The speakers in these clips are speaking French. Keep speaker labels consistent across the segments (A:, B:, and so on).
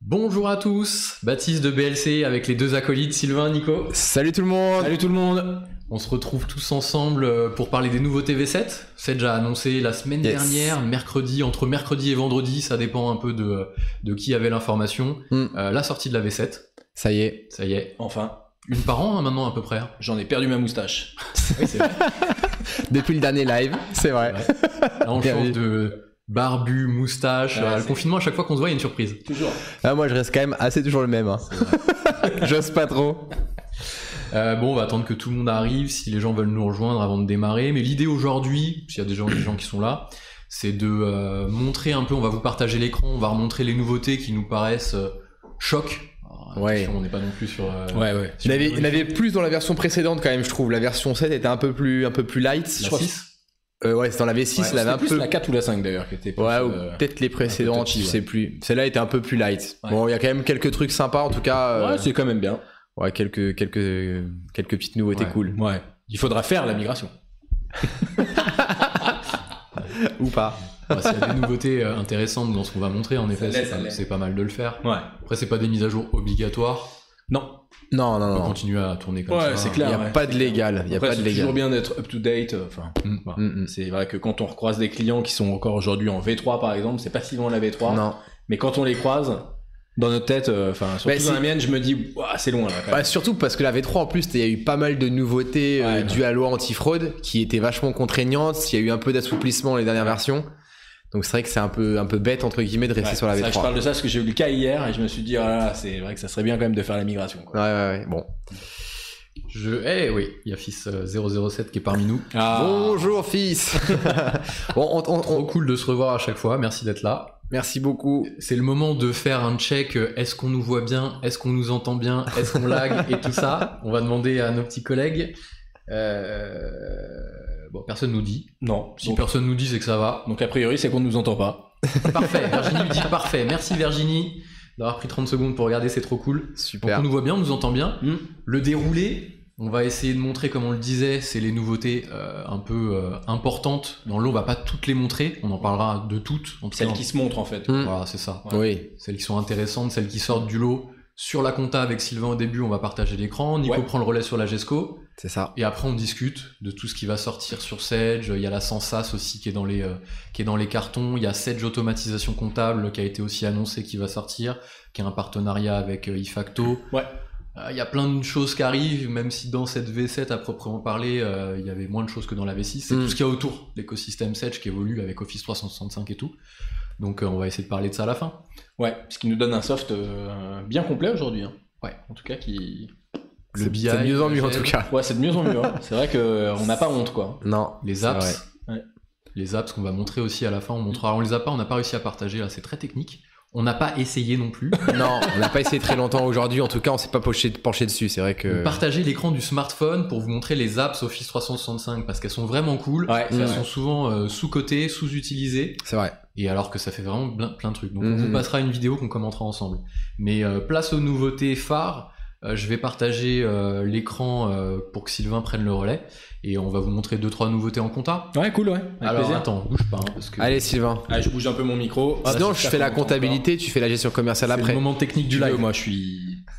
A: Bonjour à tous, Baptiste de BLC avec les deux acolytes Sylvain, Nico.
B: Salut tout le monde
C: Salut tout le monde
A: On se retrouve tous ensemble euh, pour parler des nouveautés V7. C'est déjà annoncé la semaine
B: Yes.
A: dernière, mercredi, entre mercredi et vendredi, ça dépend un peu de, euh, de qui avait l'information.
B: Mm.
A: Euh, la sortie de la V7,
B: Ça y est,
A: ça y est.
C: Enfin,
A: Une par an hein, maintenant à peu près. hein.
C: j'en ai perdu ma moustache.
B: depuis le dernier live, c'est vrai.
A: Ouais. Là on
B: Bien
A: change
B: vu.
A: de barbu, moustache.
C: Ouais,
A: Euh, le
C: c'est-
A: confinement, à chaque fois qu'on se voit, il y a une surprise.
C: Toujours.
B: Ah, moi je reste quand même assez toujours le même. hein. J'ose pas trop.
A: Euh, bon, on va attendre que tout le monde arrive, si les gens veulent nous rejoindre avant de démarrer. Mais l'idée aujourd'hui, s'il y a des gens, des gens qui sont là, c'est de euh, montrer un peu, on va vous partager l'écran, on va remontrer les nouveautés qui nous paraissent euh, choc. Alors,
B: Ouais.
A: attention, On n'est pas non plus sur... euh,
B: ouais.
A: Sur
B: Il y en avait,
A: le-
B: il y en avait plus dans la version précédente quand même, je trouve. La version 7 était un peu plus, un peu plus light. je
A: la
B: crois.
A: 6.
B: Euh, ouais, c'est dans la V6,
C: Ouais,
B: elle avait
C: c'était
B: un
C: plus
B: peu.
C: la 4 ou la 5 d'ailleurs qui était plus,
B: Ouais, ou
C: euh,
B: peut-être les précédentes,
C: touchy,
B: je
C: ouais.
B: sais plus. Celle-là était un peu plus light.
C: Ouais.
B: Bon, il y a quand même quelques trucs sympas en tout cas. euh,
C: ouais, c'est quand même bien.
B: ouais, quelques, quelques, quelques petites nouveautés
A: Ouais.
B: cool.
C: Ouais. Il faudra faire la migration.
B: Ou pas.
A: Enfin, s'il y a des nouveautés euh, intéressantes dans ce qu'on va montrer, en effet,
C: l'est,
A: c'est
C: ça
A: pas,
C: l'est.
A: c'est pas mal de le faire.
C: Ouais.
A: Après, c'est pas des mises à jour obligatoires.
C: Non.
B: Non, non,
A: On peut
B: non.
A: continuer à tourner comme
C: Ouais,
A: ça.
C: c'est
B: Il
C: clair.
B: n'y a
C: ouais.
B: pas de légal. Il y a
C: Après,
B: pas de
C: c'est
B: légal.
C: toujours bien d'être up to date. euh, Enfin,
A: Mm.
C: voilà.
B: Mm, mm.
C: c'est vrai que quand on recroise des clients qui sont encore aujourd'hui en V3 par exemple, c'est pas si loin la V3.
B: Non.
C: Mais quand on les croise, dans notre tête, euh, enfin surtout
B: Bah,
C: dans
B: c'est-
C: la mienne, je me dis, Ouah, c'est loin là. Quand même.
B: Bah, surtout parce que la V3 en plus, il y a eu pas mal de nouveautés euh,
C: Ouais.
B: dues à la loi antifraude qui étaient vachement contraignantes. Il y a eu un peu d'assouplissement les dernières versions. Donc c'est vrai que c'est un peu, un peu bête entre guillemets de rester
C: Ouais,
B: sur la
C: c'est vrai
B: V3.
C: que je parle de ça parce que j'ai eu le cas hier et je me suis dit, ah là là, c'est vrai que ça serait bien quand même de faire la migration. Quoi.
B: Ouais, ouais, ouais. Bon.
A: Je... Eh oui, il y a euh, Fils007 qui est parmi nous.
C: Ah.
B: Bonjour fils. Bon, on- on- on-
A: Trop cool de se revoir à chaque fois, merci d'être là.
B: Merci beaucoup.
A: C'est le moment de faire un check. euh, Est-ce qu'on nous voit bien Est-ce qu'on nous entend bien Est-ce qu'on lag Et tout ça. On va demander à nos petits collègues. Euh, Bon, personne nous dit.
C: Non.
A: Si
C: Donc-
A: personne nous dit, c'est que ça va.
C: Donc a priori, c'est qu'on ne nous entend pas.
A: Parfait. Virginie me dit parfait. Merci Virginie d'avoir pris 30 secondes pour regarder. C'est trop cool. Donc
B: Super.
A: on nous voit bien, on nous entend bien.
C: Mm.
A: Le déroulé, on va essayer de montrer, comme on le disait, c'est les nouveautés euh, un peu euh, importantes. Dans l'eau, on va pas toutes les montrer. On en parlera de toutes. En tout cas,
C: Celle qui Hmm. se montre en fait.
B: Mm.
A: Voilà, c'est ça.
B: Oui.
A: celles qui sont intéressantes, celles qui sortent du lot. Sur la compta avec Sylvain au début, on va partager l'écran. Nico
C: Ouais.
A: prend le relais sur la E GESCO.
B: C'est ça.
A: Et après, on discute de tout ce qui va sortir sur Sedge. Il y a la Sensas aussi qui est dans les, euh, qui est dans les cartons. Il y a Sedge Automatisation Comptable qui a été aussi annoncé qui va sortir, qui a un partenariat avec euh, iFacto.
C: Ouais.
A: Euh, Il y a plein de choses qui arrivent, même si dans cette V7 à proprement parler, euh, il y avait moins de choses que dans la V6. C'est
C: Hmm.
B: Mm.
A: tout ce qu'il y a autour, l'écosystème Sedge qui évolue avec Office 365 et tout. Donc euh, on va essayer de parler de ça à la fin.
C: Ouais, ce qui nous donne un soft euh, bien complet aujourd'hui. hein.
A: Ouais.
C: En tout cas, qui.
A: Le
B: C'est-
A: BI,
B: C'est de mieux en
A: la
B: mieux en
A: gêne.
B: tout cas.
C: Ouais, c'est de mieux en mieux. hein. C'est vrai que euh, on n'a pas honte quoi.
B: Non.
A: Les
B: C'est
A: apps.
C: vrai. Ouais.
A: Les apps qu'on va montrer aussi à la fin. On montrera. On les a pas. On n'a pas réussi à partager là. C'est très technique. On n'a pas essayé non plus.
B: Non, on n'a pas essayé très longtemps aujourd'hui. En tout cas, on s'est pas penché, penché dessus. C'est vrai
C: Euh.
B: que.
A: Partager l'écran du smartphone pour vous montrer les apps Office 365 parce qu'elles sont vraiment cool.
C: Ouais,
A: Elles
B: Mm.
A: sont souvent euh, sous-cotées, sous-utilisées.
B: C'est vrai.
A: Et alors que ça fait vraiment plein, plein de trucs. Donc on
B: Mhm.
C: Mm-hmm.
A: vous passera une vidéo qu'on commentera ensemble. Mais euh, place aux nouveautés phares. Euh, je vais partager euh, l'écran euh, pour que Sylvain prenne le relais et on va vous montrer deux trois nouveautés en compta.
C: Ouais, cool, ouais. Avec
A: alors
C: plaisir.
A: attends, bouge pas hein, parce que
B: Allez Sylvain.
C: Ah, je bouge un peu mon micro. Hop,
B: Ah, Sinon,
C: j'espère
B: je fais la
C: qu'on m'entend
B: comptabilité, tu fais la gestion commerciale
A: c'est le
B: après.
A: moment technique
C: pas.
A: du
C: Tu veux,
A: live.
C: moi, je suis.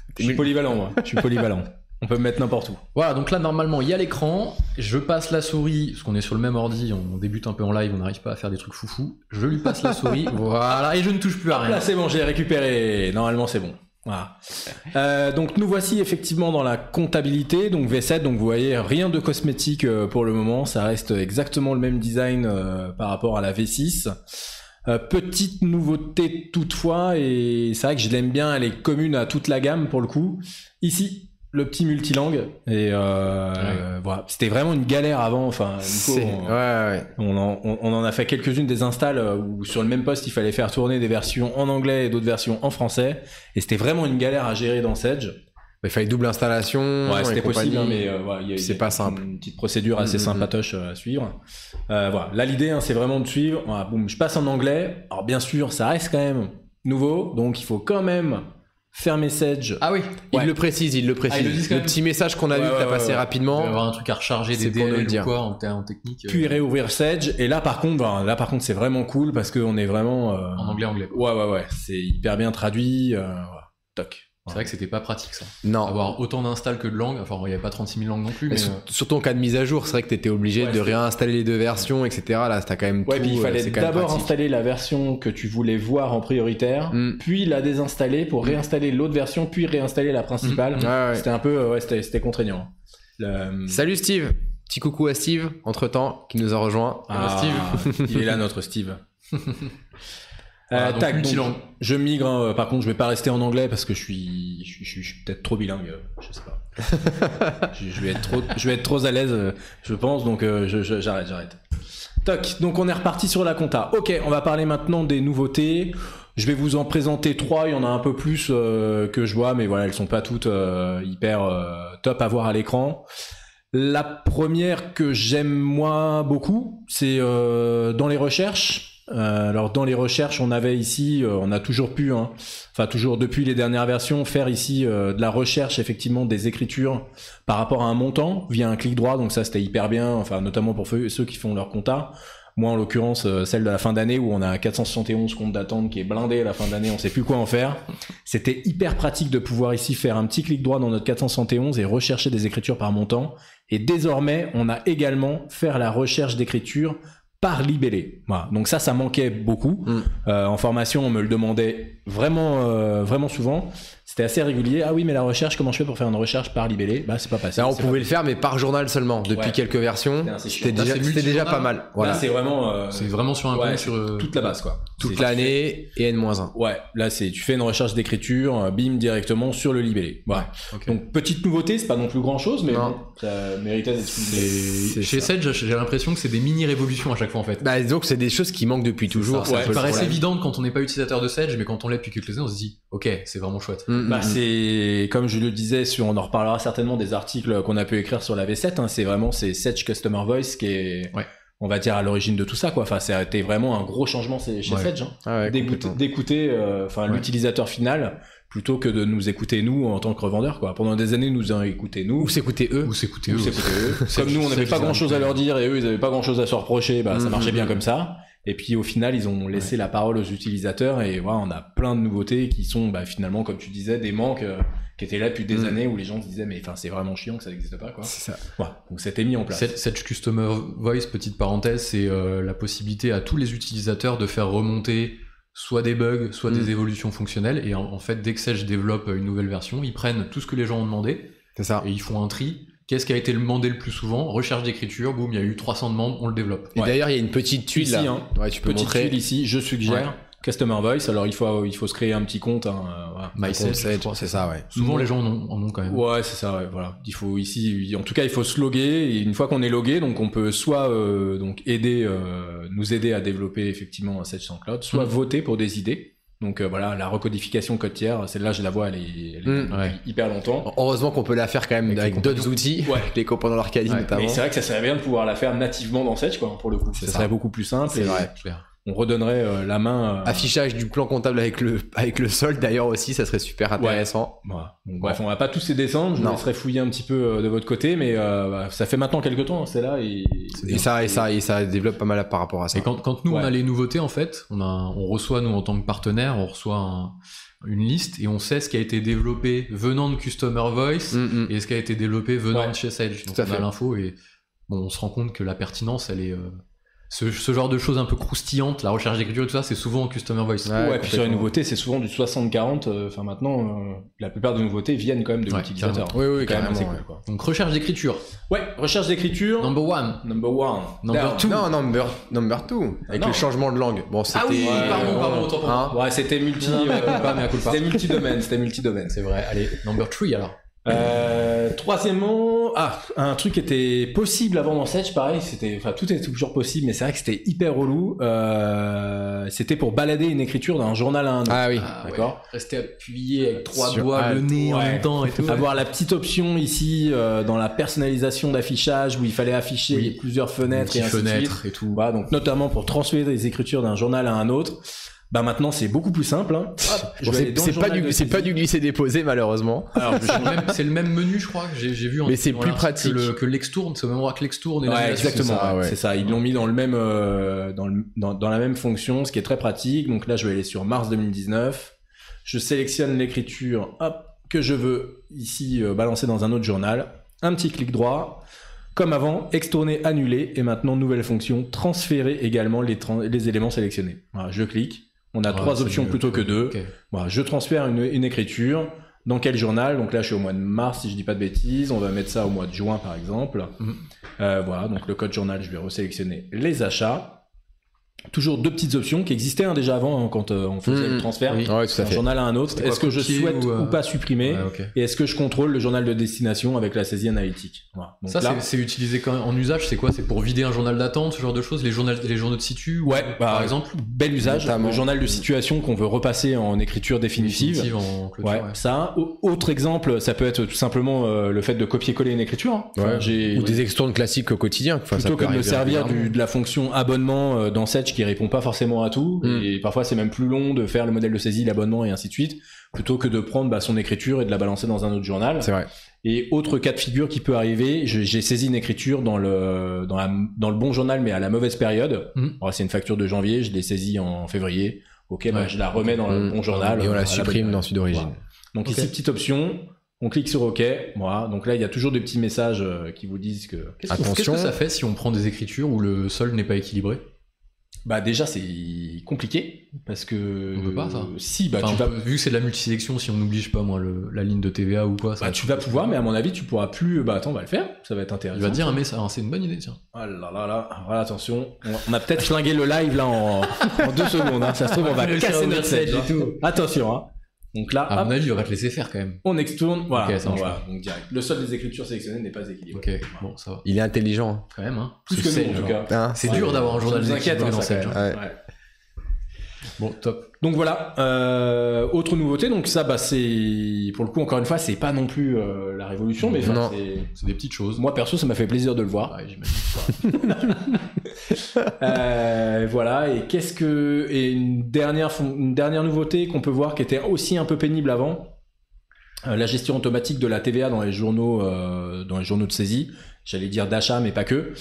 C: Je
B: T'es
C: suis polyvalent, moi. Je suis polyvalent. On peut me mettre n'importe où.
A: Voilà, donc là normalement il y a l'écran, je passe la souris, parce qu'on est sur le même ordi, on débute un peu en live, on n'arrive pas à faire des trucs foufou, je lui passe la souris, voilà, et je ne touche plus à rien.
C: Là, c'est bon, j'ai récupéré. Normalement, c'est bon. Voilà. Euh, donc, nous voici effectivement dans la comptabilité. Donc, V7, donc vous voyez, rien de cosmétique euh, pour le moment. Ça reste exactement le même design euh, par rapport à la V6. Euh, petite nouveauté toutefois, et c'est vrai que je l'aime bien, elle est commune à toute la gamme pour le coup. Ici, le petit multilangue. Et euh, euh, voilà, c'était vraiment une hein. galère avant. Enfin, Nico,
B: C'est- Ouais,
C: on-
B: ouais.
C: on en, on- on en a fait quelques-unes des installs euh, où sur le même poste il fallait faire tourner des versions en anglais et d'autres versions en français. Et c'était vraiment une galère à gérer dans Sedge.
B: Mais Il fallait double installation.
C: Ouais,
B: et
C: c'était
B: compagnie.
C: possible, hein, mais euh, voilà, il y a-
B: C'est
C: il y a
B: pas
C: toute
B: simple.
C: Une petite procédure assez
B: Mm, mm,
C: sympatoche euh, à suivre. Euh, voilà, là l'idée hein, c'est vraiment de suivre. Voilà, boum, je passe en anglais. Alors bien sûr, ça reste quand même nouveau, donc il faut quand même faire message.
A: Ah oui,
B: Il
C: Ouais.
B: le précise, il le précise.
A: Ah, ils le disent quand
B: le
A: même.
B: petit message qu'on a
C: Ouais,
B: vu que
C: ouais,
B: t'as
C: ouais,
B: passé
C: ouais.
A: il doit y
B: rapidement.
A: avoir un truc à recharger des
B: C'est pour nous le
A: DL
B: dire.
A: ou quoi en, ter- en technique. euh,
C: puis réouvrir Sage. Et là, par contre, ben, là, par contre, c'est vraiment cool parce qu'on est vraiment. euh,
A: en anglais anglais. quoi.
C: Ouais, ouais, ouais. C'est hyper bien traduit. euh, ouais. Toc.
A: C'est vrai que c'était pas pratique ça.
B: Non.
A: Avoir autant d'installs que de langues, enfin il y avait pas 36 000 langues non plus,
B: Mais
A: mais,
B: sur-
A: euh,
B: surtout en cas de mise à jour, c'est vrai que t'étais obligé
C: Ouais,
B: de
C: c'est-
B: réinstaller les deux versions, etc. Là, t'as quand même
C: Ouais,
B: tout.
C: puis il
B: euh,
C: fallait
B: c'est quand même
C: d'abord
B: pratique.
C: installer la version que tu voulais voir en prioritaire,
B: Mm.
C: puis la désinstaller pour
B: Mm.
C: réinstaller l'autre version, puis réinstaller la principale.
B: Ouais, ouais.
C: C'était un peu, euh, ouais, c'était c'était contraignant. Le-
B: Salut Steve. Petit coucou à Steve, entre temps, qui nous a rejoint.
C: Ah, Steve. il est là notre Steve. Euh,
B: Euh,
A: voilà, donc,
C: tac, donc,
A: multilangue.
C: je migre. hein, par contre, je vais pas rester en anglais parce que je suis, je suis, je suis- je suis peut-être trop bilingue. euh, Je sais pas. je, je vais être trop, je vais être trop à l'aise, euh, je pense. Donc, euh, je- je- j'arrête, j'arrête. Toc. Donc, on est reparti sur la compta. Ok, on va parler maintenant des nouveautés. Je vais vous en présenter trois. Il y en a un peu plus euh, que je vois, mais voilà, elles sont pas toutes euh, hyper euh, top à voir à l'écran. La première que j'aime moi beaucoup, c'est euh, dans les recherches. Euh, alors dans les recherches, on avait ici, euh, on a toujours pu, hein, enfin toujours depuis les dernières versions, faire ici euh, de la recherche effectivement des écritures par rapport à un montant via un clic droit. Donc ça c'était hyper bien, enfin notamment pour feu- ceux qui font leur compta. Moi en l'occurrence euh, celle de la fin d'année où on a 471 comptes d'attente qui est blindé à la fin d'année, on sait plus quoi en faire. C'était hyper pratique de pouvoir ici faire un petit clic droit dans notre 471 et rechercher des écritures par montant. Et désormais, on a également faire la recherche d'écriture par libellé. Voilà. Donc ça, ça manquait beaucoup.
B: Mm.
C: Euh, en formation, on me le demandait vraiment, euh, vraiment souvent. C'était assez régulier. Ah oui, mais la recherche, comment je fais pour faire une recherche par libellé Bah, c'est pas passé.
B: Ça, on
C: C'est
B: pouvait le faire, mais par journal seulement. Depuis
C: Ouais.
B: quelques versions,
C: Putain, c'est
B: c'était
C: chiant.
B: déjà,
A: Là, c'est
B: c'était déjà pas
A: multi-journal.
B: mal.
C: pas- Là,
B: Voilà.
C: c'est vraiment euh,
A: c'est vraiment sur un
C: ouais,
A: compte,
C: c'est
A: sur euh,
C: toute la base, quoi.
B: Toute
C: C'est-
B: l'année et N-1.
C: Ouais, là, c'est tu fais une recherche d'écriture, euh, bim, directement sur le libellé. Voilà.
A: ok.
C: Donc petite nouveauté, c'est pas non plus grand chose, mais
B: Non.
C: bon, ça méritait d'être souligné.
A: C'est- Chez Sage, j'ai l'impression que c'est des mini révolutions à chaque fois en fait.
B: Bah, disons que c'est des choses qui manquent depuis toujours.
C: ça.
B: c'est un
C: Ouais,
B: peu
A: Elles
B: le
A: paraissent
B: problème.
A: évidentes quand on n'est pas utilisateur de Sage, mais quand on l'est depuis quelques années, on se dit, ok, c'est vraiment chouette.
B: Mm, mm,
C: Bah,
B: mm.
C: c'est comme je le disais, sur, on en reparlera certainement des articles qu'on a pu écrire sur la V7. hein, c'est vraiment c'est Sedge Customer Voice qui est,
A: Ouais.
C: on va dire, à l'origine de tout ça. Quoi. Enfin, ça a été vraiment un gros changement chez chez
A: Ouais.
C: Sedge. hein.
B: Ah ouais,
C: D'écoute-
B: complètement.
C: D'écouter euh, enfin
A: Ouais.
C: l'utilisateur final plutôt que de nous écouter nous en tant que revendeurs. Quoi. Pendant des années, ils nous ont écouté nous.
B: Ou s'écouter eux.
A: Ou s'écouter
C: Ou
A: eux.
C: c'était eux.
A: C'est-
C: Comme nous, on
A: c'est
C: n'avait pas
A: bizarre.
C: grand chose à leur dire et eux, ils n'avaient pas grand chose à se reprocher, bah, ça
B: Mhm.
C: marchait bien comme ça. Et puis au final, ils ont laissé la parole aux utilisateurs et voilà, on a plein de nouveautés qui sont bah, finalement, comme tu disais, des manques euh, qui étaient là depuis des
B: Mhm.
C: années où les gens se disaient mais enfin c'est vraiment chiant que ça n'existe pas quoi.
B: C'est ça.
C: Voilà. donc c'était mis en place.
A: Cette, cette Customer Voice, petite parenthèse, c'est euh, la possibilité à tous les utilisateurs de faire remonter soit des bugs, soit
B: Mm.
A: des évolutions fonctionnelles. Et en, en fait, dès que Sage développe une nouvelle version, ils prennent tout ce que les gens ont demandé
B: C'est ça.
A: et ils font un tri. Qu'est-ce qui a été demandé le plus souvent Recherche d'écriture, boum, il y a eu 300 demandes, on le développe.
B: Et
C: Ouais.
B: d'ailleurs, il y a une petite tuile
C: Ici,
B: là.
C: hein.
B: Ouais, tu peux
C: Petite
B: montrer.
C: tuile ici, je suggère
A: Ouais.
C: Customer Voice. Alors il faut il faut se créer un petit compte. hein, euh, voilà.
B: Un
A: MySage,
B: compte
A: je
B: Sage,
A: crois,
B: c'est ça, ouais.
A: Souvent, les gens en ont, en ont quand même.
C: Ouais, c'est ça, ouais, voilà. Il faut ici, en tout cas, il faut se loguer. Et une fois qu'on est logué, donc on peut soit euh, donc aider, euh, nous aider à développer effectivement cette sans cloud, soit
A: Mm.
C: voter pour des idées. Donc euh, voilà, la recodification code tiers, celle-là, je la vois, elle est, elle est
B: Mm, Oh.
C: depuis
A: ouais.
C: hyper longtemps.
B: Heureusement qu'on peut la faire quand même
A: Avec
B: avec,
A: les
B: d'autres outils,
C: Ouais.
B: les copains dans leur caddie
A: Ouais, mais
B: notamment.
C: Mais c'est vrai que ça serait bien de pouvoir la faire nativement dans Sage, quoi, pour le coup. Ça,
B: ça.
C: serait beaucoup plus simple.
B: C'est
C: et
B: vrai. Ah,
A: Clair.
C: On redonnerait euh, la main. euh,
B: Affichage du plan comptable avec le, avec le solde d'ailleurs aussi, ça serait super intéressant.
C: Voilà. Donc, bref, on va pas tous les descendre. Je vous
B: Non.
C: laisserai fouiller un petit peu euh, de votre côté, mais euh, bah, ça fait maintenant quelques temps, hein, c'est là. Et,
B: Et ça, et ça, et ça développe pas mal par rapport à ça.
A: Et quand, quand nous, on
C: Ouais.
A: a les nouveautés, en fait, on, a, un- on reçoit, nous, en tant que partenaire, on reçoit un- une liste et on sait ce qui a été développé venant de Customer Voice
B: Mm, mm.
A: et ce qui a été développé venant
C: Ouais.
A: de chez Sage. Donc
B: Tout à
A: on
B: fait.
A: a l'info et bon, on se rend compte que la pertinence, elle est. euh, ce, ce genre de choses un peu croustillantes, la recherche d'écriture et tout ça, c'est souvent en Customer Voice.
B: Ouais,
C: Ouais, puis sur les
B: complètement.
C: nouveautés, c'est souvent du 60-40. euh, Enfin, maintenant, euh, la plupart des nouveautés viennent quand même de
A: Ouais,
C: l'utilisateur.
B: Oui, oui,
C: C'est quand même
B: carrément.
C: assez
B: ouais.
C: cool, quoi.
A: Donc recherche d'écriture,
C: Ouais, recherche d'écriture.
A: number one.
C: Number one.
A: Number
C: Down.
A: two.
B: Non, number, number two. Avec
C: non. Ah
B: le changement de langue. Bon, c'était.
A: oui,
C: Ouais,
A: pardon,
C: ouais.
A: pardon, autant pour moi.
B: Hein
C: Ouais, c'était multi.
A: Non, non,
C: euh,
A: mea culpa, mea culpa.
C: C'était multi-domaine. C'était multi-domaine.
A: C'est vrai, allez, number three alors.
C: Euh, troisièmement, ah, un truc qui était possible avant dans Sedge, pareil, c'était, enfin, tout est toujours possible, mais c'est vrai que c'était hyper relou. Euh, c'était pour balader une écriture d'un journal à un autre.
B: Ah oui.
A: Ah ouais.
C: D'accord.
A: Rester appuyé avec trois
B: Sur
A: doigts,
B: Alt.
A: le nez en
C: Ouais.
A: même temps et tout.
C: Avoir la petite option ici euh, dans la personnalisation d'affichage où il fallait afficher
A: Oui.
C: plusieurs fenêtres et ainsi de suite.
A: fenêtre et tout.
C: Voilà, donc notamment pour transférer des écritures d'un journal à un autre. Bah maintenant c'est beaucoup plus simple. hein. Hop, je
B: Bon,
C: vais aller
B: Ah, c'est
C: dans le
B: c'est pas,
C: journal de
B: du, c'est pas
C: saisie.
B: du glisser déposé malheureusement.
A: Alors, je- c'est le même- c'est le même menu, je crois, que j'ai j'ai vu. en
B: Mais c'est
A: disant,
B: plus
A: là,
B: pratique.
A: Que, le- que l'extourne, c'est au même endroit que l'extourne. et
C: Ouais,
A: l'annulation.
C: exactement.
B: c'est ça, ouais.
C: C'est ça. Ils l'ont mis dans le même, euh, dans, le- dans, dans la même fonction, ce qui est très pratique. Donc là, je vais aller sur mars 2019. Je sélectionne l'écriture, hop, que je veux ici euh, balancer dans un autre journal. Un petit clic droit. Comme avant, extourner, annuler. Et maintenant, nouvelle fonction, transférer également les, tran- les éléments sélectionnés. Voilà, je clique. On a
A: Ouais,
C: trois
A: Ah, c'est
C: options
A: mieux.
C: plutôt que deux.
A: Ok.
C: Voilà, je transfère une, une écriture. Dans quel journal Donc là, je suis au mois de mars, si je dis pas de bêtises. On va mettre ça au mois de juin, par exemple.
A: Mhm.
C: Euh, voilà, donc le code journal, je vais resélectionner les achats. Toujours deux petites options qui existaient hein, déjà avant hein, quand euh, on faisait
A: Mm-hmm.
B: Mhm,
C: le transfert
B: oui. Ouais, tout à
C: d'un
B: fait.
C: journal à un autre.
A: C'était quoi,
C: Est-ce que je
A: copier
C: souhaite
A: ou,
C: ou,
A: euh,
C: pas supprimer
A: Ouais, ok.
C: Et est-ce que je contrôle le journal de destination avec la saisie analytique Voilà. Donc
A: Ça,
C: là-
A: c'est- c'est utilisé quand même en usage, c'est quoi C'est pour vider un journal d'attente, ce genre de choses Les, journaux- les journaux de situ ou-
C: Ouais, bah,
A: par exemple
C: bel usage.
B: Notamment.
C: Le journal de situation qu'on veut repasser en écriture définitive.
A: Définitive en clôture,
C: Ouais,
A: ouais.
C: ça. Au- Autre exemple, ça peut être tout simplement euh, le fait de copier-coller une écriture. hein. Enfin,
B: Ouais.
C: j'ai-
B: Ou des extournes classiques au quotidien. Enfin, ça
C: plutôt
B: peut
C: que de me
B: arriver
C: servir
B: régulièrement.
C: du- de la fonction abonnement euh, dans Sedge qui répond pas forcément à tout.
B: Mm.
C: Et parfois, c'est même plus long de faire le modèle de saisie, l'abonnement et ainsi de suite, plutôt que de prendre bah, son écriture et de la balancer dans un autre journal.
B: C'est vrai.
C: Et autre cas de figure qui peut arriver, je- j'ai saisi une écriture dans le, dans, la- dans le bon journal, mais à la mauvaise période.
B: Hmm.
A: Mhm.
C: Alors, c'est une facture de janvier, je l'ai saisie en février. Ok, bah,
A: Ouais.
C: je la remets dans le
B: Mm.
C: bon journal.
B: Et on
C: euh, à
B: la
C: bonne
B: supprime
C: période.
B: dans celui d'origine.
C: Voilà. Donc
A: Ok.
C: ici, petite option, on clique sur OK. Voilà. Donc là, il y a toujours des petits messages euh, qui vous disent que...
A: Qu'est-ce que-
B: Attention.
A: Qu'est-ce que ça fait si on prend des écritures où le sol n'est pas équilibré
C: Bah déjà, c'est compliqué, parce que...
A: On peut pas, ça
C: Si, bah
A: Enfin,
C: tu vas...
A: on peut- Vu que c'est de la multisélection, si on n'oblige pas moi le- la ligne de TVA ou quoi, ça
C: bah, tu vas pouvoir, mais à mon avis, tu pourras plus. Bah attends, on va le faire. Ça va être intéressant.
A: il va dire un message. C'est une bonne idée, tiens.
C: Ah là là là, voilà, attention, on- on a peut-être flingué le live là en, en deux secondes, hein. ça se trouve on va
A: Le
C: casser
A: serveur
C: notre set.
A: Sage et tout.
C: Attention, hein. donc là,
A: À
C: hop,
A: mon avis, il va pas te laisser faire quand même.
C: on extourne, voilà,
A: Ok, ça marche
C: Voilà, donc direct. Le sol des écritures sélectionnées n'est pas équilibré.
A: Ok,
C: Voilà.
A: bon, ça va.
B: Il est intelligent.
A: Quand même, hein.
C: Plus
A: Ce
C: que
A: sel,
C: nous en tout
A: alors.
C: cas.
B: hein.
A: C'est
C: Ouais.
A: dur d'avoir un journal
C: Ça nous inquiète,
A: d'équilibré
C: hein,
A: dans
C: ça,
A: cette
C: quand
A: genre.
C: même.
B: genre.
C: Ouais.
A: Bon, top.
C: Donc voilà, euh, autre nouveauté, donc ça, bah, c'est pour le coup, encore une fois, c'est pas non plus euh, la révolution, mais enfin,
B: Non.
C: c'est-
A: C'est des petites choses.
C: moi perso, ça m'a fait plaisir de le voir.
A: Ouais, j'imagine.
C: Euh, voilà. Et qu'est-ce que et une dernière fon- une dernière nouveauté qu'on peut voir qui était aussi un peu pénible avant, euh, la gestion automatique de la TVA dans les journaux euh, dans les journaux de saisie. J'allais dire d'achat, mais pas que.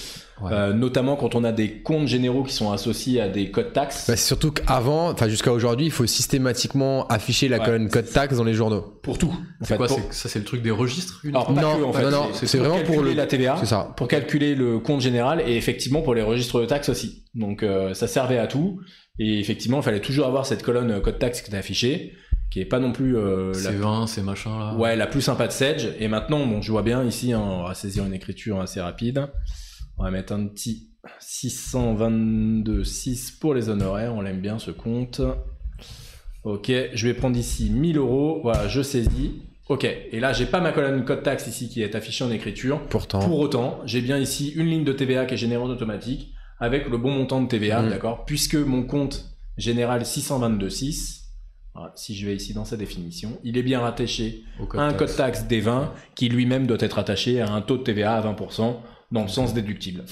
A: Ouais.
C: Euh, notamment quand on a des comptes généraux qui sont associés à des codes taxes.
B: Bah, c'est surtout qu'avant, enfin jusqu'à aujourd'hui, il faut systématiquement afficher la
C: Ouais.
B: colonne code taxe dans les journaux.
C: pour tout. En
A: C'est
C: fait,
A: quoi
C: pour-
A: c'est- Ça, c'est le truc des registres une-
C: Alors, pas
B: Non,
C: que, en
B: non,
C: fait,
B: non, c'est vraiment pour
C: calculer
B: le-
C: la
A: Ah.
C: TVA.
B: C'est ça.
C: pour calculer le compte général et effectivement pour les registres de taxes aussi. Donc euh, ça servait à tout et effectivement il fallait toujours avoir cette colonne euh, code taxe qui était affichée qui est pas non plus euh,
A: C'est
C: la,
A: 20, c'est machin là.
C: ouais, la plus sympa de Sedge et maintenant bon je vois bien ici hein, on va saisir une écriture assez rapide. On va mettre un petit 622,6 pour les honoraires, on l'aime bien ce compte. Ok, je vais prendre ici 1000 euros, voilà, je saisis. Ok, et là j'ai pas ma colonne code taxe ici qui est affichée en écriture.
B: Pourtant.
C: Pour autant, j'ai bien ici une ligne de TVA qui est générée en automatique avec le bon montant de TVA,
B: Mhm.
C: d'accord Puisque mon compte général 622.6, voilà, si je vais ici dans sa définition, il est bien rattaché
A: Au
C: à un
A: taxe.
C: code taxe des 20 qui lui-même doit être attaché à un taux de TVA à 20% dans le sens déductible.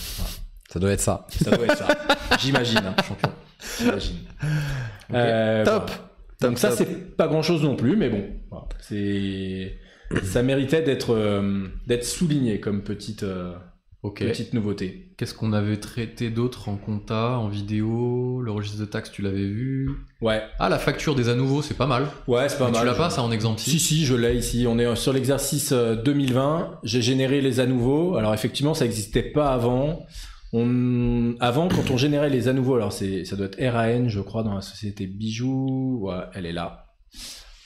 B: Ça doit être ça.
C: Ça doit être ça. J'imagine, hein, champion. J'imagine. Euh,
B: Top.
C: voilà. Donc ça, c'est pas grand-chose non plus, mais bon, voilà. c'est ça méritait d'être euh, d'être souligné comme petite euh,
A: Ok.
C: petite nouveauté.
A: Qu'est-ce qu'on avait traité d'autre en compta, en vidéo Le registre de taxes, tu l'avais vu
C: Ouais,
A: Ah, la facture des à nouveau, c'est pas mal.
C: ouais, c'est pas
A: Mais
C: mal.
A: tu l'as
C: je-
A: pas, ça, en exemple
C: Si,
A: si
C: si, je l'ai ici. On est sur l'exercice euh, 2020. J'ai généré les à nouveau. Alors, effectivement, ça n'existait pas avant. On... Avant, quand on générait les à nouveau, alors c'est... ça doit être RAN, je crois, dans la société Bijoux. Ouais, elle est là.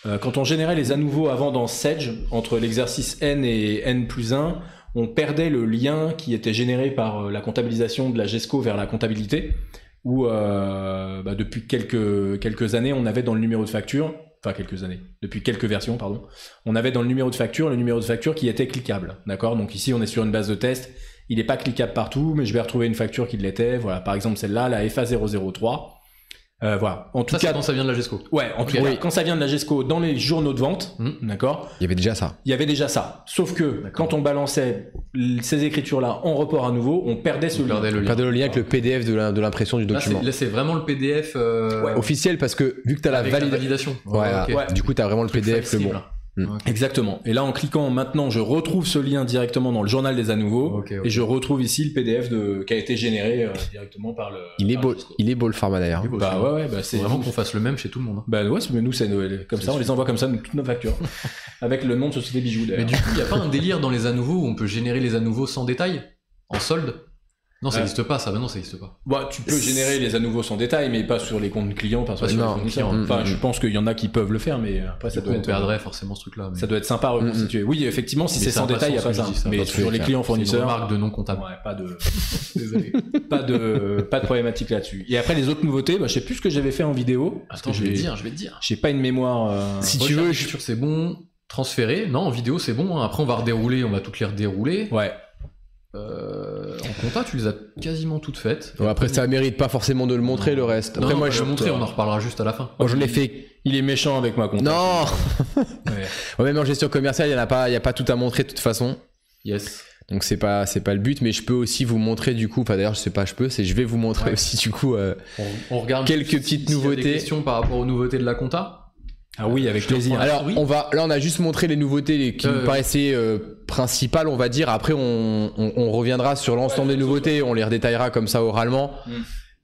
C: Euh, quand on générait les à nouveau avant dans Sedge, entre l'exercice N et N plus 1, on perdait le lien qui était généré par euh, la comptabilisation de la GESCO vers la comptabilité, où euh, bah, depuis quelques, quelques années, on avait dans le numéro de facture, enfin quelques années, depuis quelques versions, pardon, on avait dans le numéro de facture le numéro de facture qui était cliquable. D'accord Donc ici, on est sur une base de test. Il n'est pas cliquable partout, mais je vais retrouver une facture qui l'était. Voilà, par exemple, celle-là, la FA003. Euh, voilà. En tout
A: Ça, c'est
C: cas,
A: quand ça vient de la GESCO.
C: ouais, en tout
A: Ok.
C: cas,
A: Oui.
C: quand ça vient de la GESCO, dans les journaux de vente,
A: Mhm.
C: d'accord,
B: Il y avait déjà ça.
C: il y avait déjà ça. Sauf que
A: D'accord.
C: quand on balançait l- ces écritures-là en report à nouveau, on perdait ce
A: On
C: lien.
A: perdait le
B: On
A: lien.
B: perdait le lien avec le PDF de la- de l'impression du
A: Là, c'est-
B: document.
A: Là, c'est vraiment le PDF euh,
C: Ouais,
B: Officiel parce que vu que t'as la
A: avec la
B: validation.
A: validation.
B: Voilà.
A: ok.
C: Ouais.
B: Du coup, t'as vraiment le
A: Truc
B: PDF le
A: flexible.
B: bon.
C: Exactement. Et là, en cliquant maintenant, je retrouve ce lien directement dans le journal des à nouveau.
A: Ok, ok.
C: Et je retrouve ici le PDF de, qui a été généré euh, directement par le.
B: Il est
C: par
B: beau,
C: le Cisco.
B: il est beau le format d'ailleurs.
A: Il est beau,
C: Bah
A: celui-là.
C: ouais, ouais, bah
A: C'est
C: c'est
A: vraiment qu'on fasse le même chez tout le monde. hein.
C: Bah ouais, mais nous, c'est Noël. Comme
A: C'est
C: ça, on les envoie comme ça, nous, toutes nos factures. avec le nom de Société Bijoux
A: Mais
C: d'ailleurs.
A: du coup, il n'y a pas un délire dans les à nouveaux où on peut générer les à nouveaux sans détail En solde Non, ça
C: Euh.
A: n'existe pas, ça. Ben non, ça n'existe pas.
C: Bah, tu peux générer les à nouveau sans détail, mais pas sur les comptes clients, pas sur
A: Pas
C: les
A: sur
B: les
C: comptes
A: comptes
C: clients.
B: clients.
C: Enfin,
B: Mm,
C: je pense qu'il y en a qui peuvent le faire, mais euh, après, ça
A: Du coup,
C: doit
A: on
C: être. euh,
A: perdrait forcément ce truc-là. mais-
C: Ça doit être
B: Mm,
C: sympa à reconstituer. Oui, effectivement, si
A: Mais
C: c'est
A: ça
C: sans
A: a pas
C: détail, il n'y a
A: de
C: pas
A: sens
C: ça.
A: que je dise ça.
C: Mais
A: Dans
B: tous les
C: sur les
B: cas,
C: clients
A: C'est une
C: fournisseurs.
A: remarque de non comptable.
C: Ouais, pas de. Désolé. pas de, pas de problématique là-dessus. Et après, les autres nouveautés, bah, je sais plus ce que j'avais fait en vidéo. parce
A: Attends,
C: que
A: je vais
C: j'ai-
A: te dire, je vais te dire.
C: J'ai pas une mémoire. euh,
B: Si tu veux, je-
A: je c'est bon. Transférer, non, en vidéo c'est bon. hein. Après on va redérouler, on va toutes les redérouler.
C: Ouais.
A: Euh, en compta, tu les as quasiment toutes faites.
B: Ouais, après, ça mérite pas forcément de le montrer
A: Non.
B: le reste.
A: Non,
B: Après,
A: non,
B: moi,
A: je
B: je
A: vais montrer, on en reparlera juste à la fin.
B: Moi, j'en ai fait.
C: Il est méchant avec ma compte.
B: Non
C: Ouais.
B: Ouais, Même en gestion commerciale, il n'y a, pas- y a pas tout à montrer de toute façon.
A: Yes.
B: Donc c'est pas c'est pas le but, mais je peux aussi vous montrer du coup. Enfin d'ailleurs je sais pas, je peux, c'est je vais vous montrer
A: Ouais.
B: aussi du coup. euh,
A: On, on regarde
B: Quelques
A: s'il
B: petites
A: y a
B: nouveautés.
A: des questions par rapport aux nouveautés de la compta.
C: Ah oui, avec plaisir.
A: reprends.
B: Alors
A: oui.
B: on va là on a juste montré les nouveautés les- qui
A: Euh,
B: nous paraissaient euh, principales, on va dire. Après on, on- on reviendra sur l'ensemble
C: Ouais,
B: des nouveautés, on les redétaillera comme ça oralement.
C: Mm.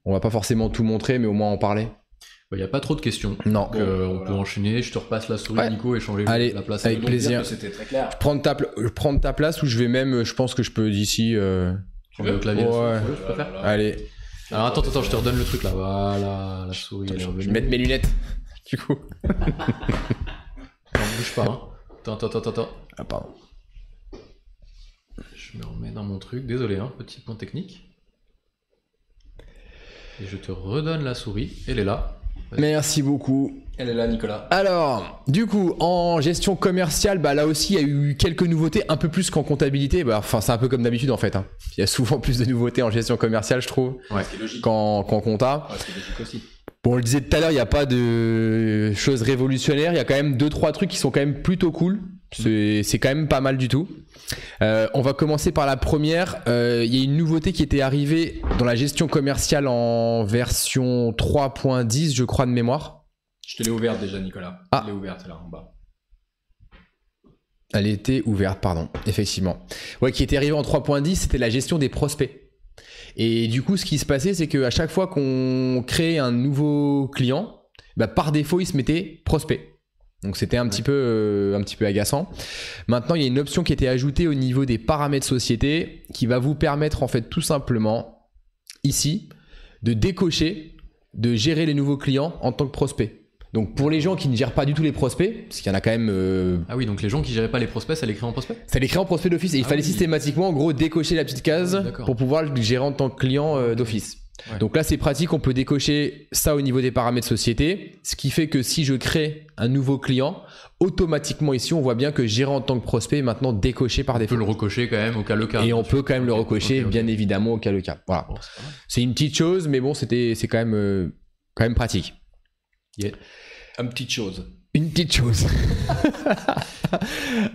B: On va pas forcément tout montrer, mais au moins en parler.
A: Il n'y Bah, a pas trop de questions.
B: Non.
A: Donc, euh, on
C: voilà.
A: peut enchaîner. Je te repasse la souris,
B: Ouais.
A: Nico, et changer
B: Allez,
A: la place.
B: avec
C: Donc, dire
B: plaisir.
C: que C'était très clair.
B: Prendre ta pla- euh, prendre ta place ou je vais même, euh, je pense que je peux d'ici. euh,
A: Tu veux le clavier
B: Ouais.
A: la souris, je
C: Voilà,
A: préfère.
C: voilà.
B: Allez,
A: Alors attends, attends, je te redonne le truc là. Voilà, la souris, elle est
B: je
A: revenue.
B: vais mettre mes lunettes. Du coup.
A: Attends, bouge pas. hein. Attends, attends, attends, attends.
B: Ah pardon.
A: Je me remets dans mon truc. Désolé, hein, petit point technique. Et je te redonne la souris. Elle est là.
B: Merci beaucoup.
C: Elle est là, Nicolas.
B: Alors, du coup, en gestion commerciale, bah, là aussi, il y a eu quelques nouveautés, un peu plus qu'en comptabilité. Bah, Enfin, c'est un peu comme d'habitude, en fait. hein. Il y a souvent plus de nouveautés en gestion commerciale, je trouve,
C: Ce qui est logique.
B: qu'en qu'en compta.
C: Ouais, ce qui est logique aussi.
B: Bon, on le disait tout à l'heure, il n'y a pas de choses révolutionnaires. Il y a quand même deux, trois trucs qui sont quand même plutôt cool. C'est c'est quand même pas mal du tout. Euh, on va commencer par la première. Euh, Il y a une nouveauté qui était arrivée dans la gestion commerciale en version 3.10, je crois, de mémoire.
C: Je te l'ai ouverte déjà, Nicolas.
B: Ah.
C: Je l'ai ouverte là en bas.
B: Elle était ouverte, pardon, effectivement. Ouais, qui était arrivée en 3.10, c'était la gestion des prospects. Et du coup, ce qui se passait, c'est qu'à chaque fois qu'on créait un nouveau client, bah, par défaut, il se mettait prospect. Donc c'était un, petit peu, euh, un petit peu agaçant. Maintenant, il y a une option qui était ajoutée au niveau des paramètres société qui va vous permettre, en fait, tout simplement, ici, de décocher, de gérer les nouveaux clients en tant que prospect. Donc pour les gens qui ne gèrent pas du tout les prospects, parce qu'il y en a quand même euh,
A: Ah oui, donc les gens qui géraient pas les prospects, ça les crée en prospect
B: ça l'écrit en prospect d'office et il
A: Ah
B: fallait
A: oui.
B: systématiquement en gros décocher la petite case
A: Ah oui, d'accord.
B: pour pouvoir le gérer en tant que client euh, d'office.
A: Ouais.
B: Donc là c'est pratique, on peut décocher ça au niveau des paramètres société, ce qui fait que si je crée un nouveau client, automatiquement ici on voit bien que gérer en tant que prospect est maintenant décoché par
A: On peut
B: défaut.
A: le recocher quand même au cas le cas.
B: Et on peut quand même le
A: Ok,
B: recocher
A: ok, ok.
B: bien évidemment au cas le cas. Voilà.
A: Bon, c'est pas mal.
B: C'est une petite chose mais bon c'était c'est quand même euh, quand même pratique.
C: Une petite chose.
B: Une petite chose.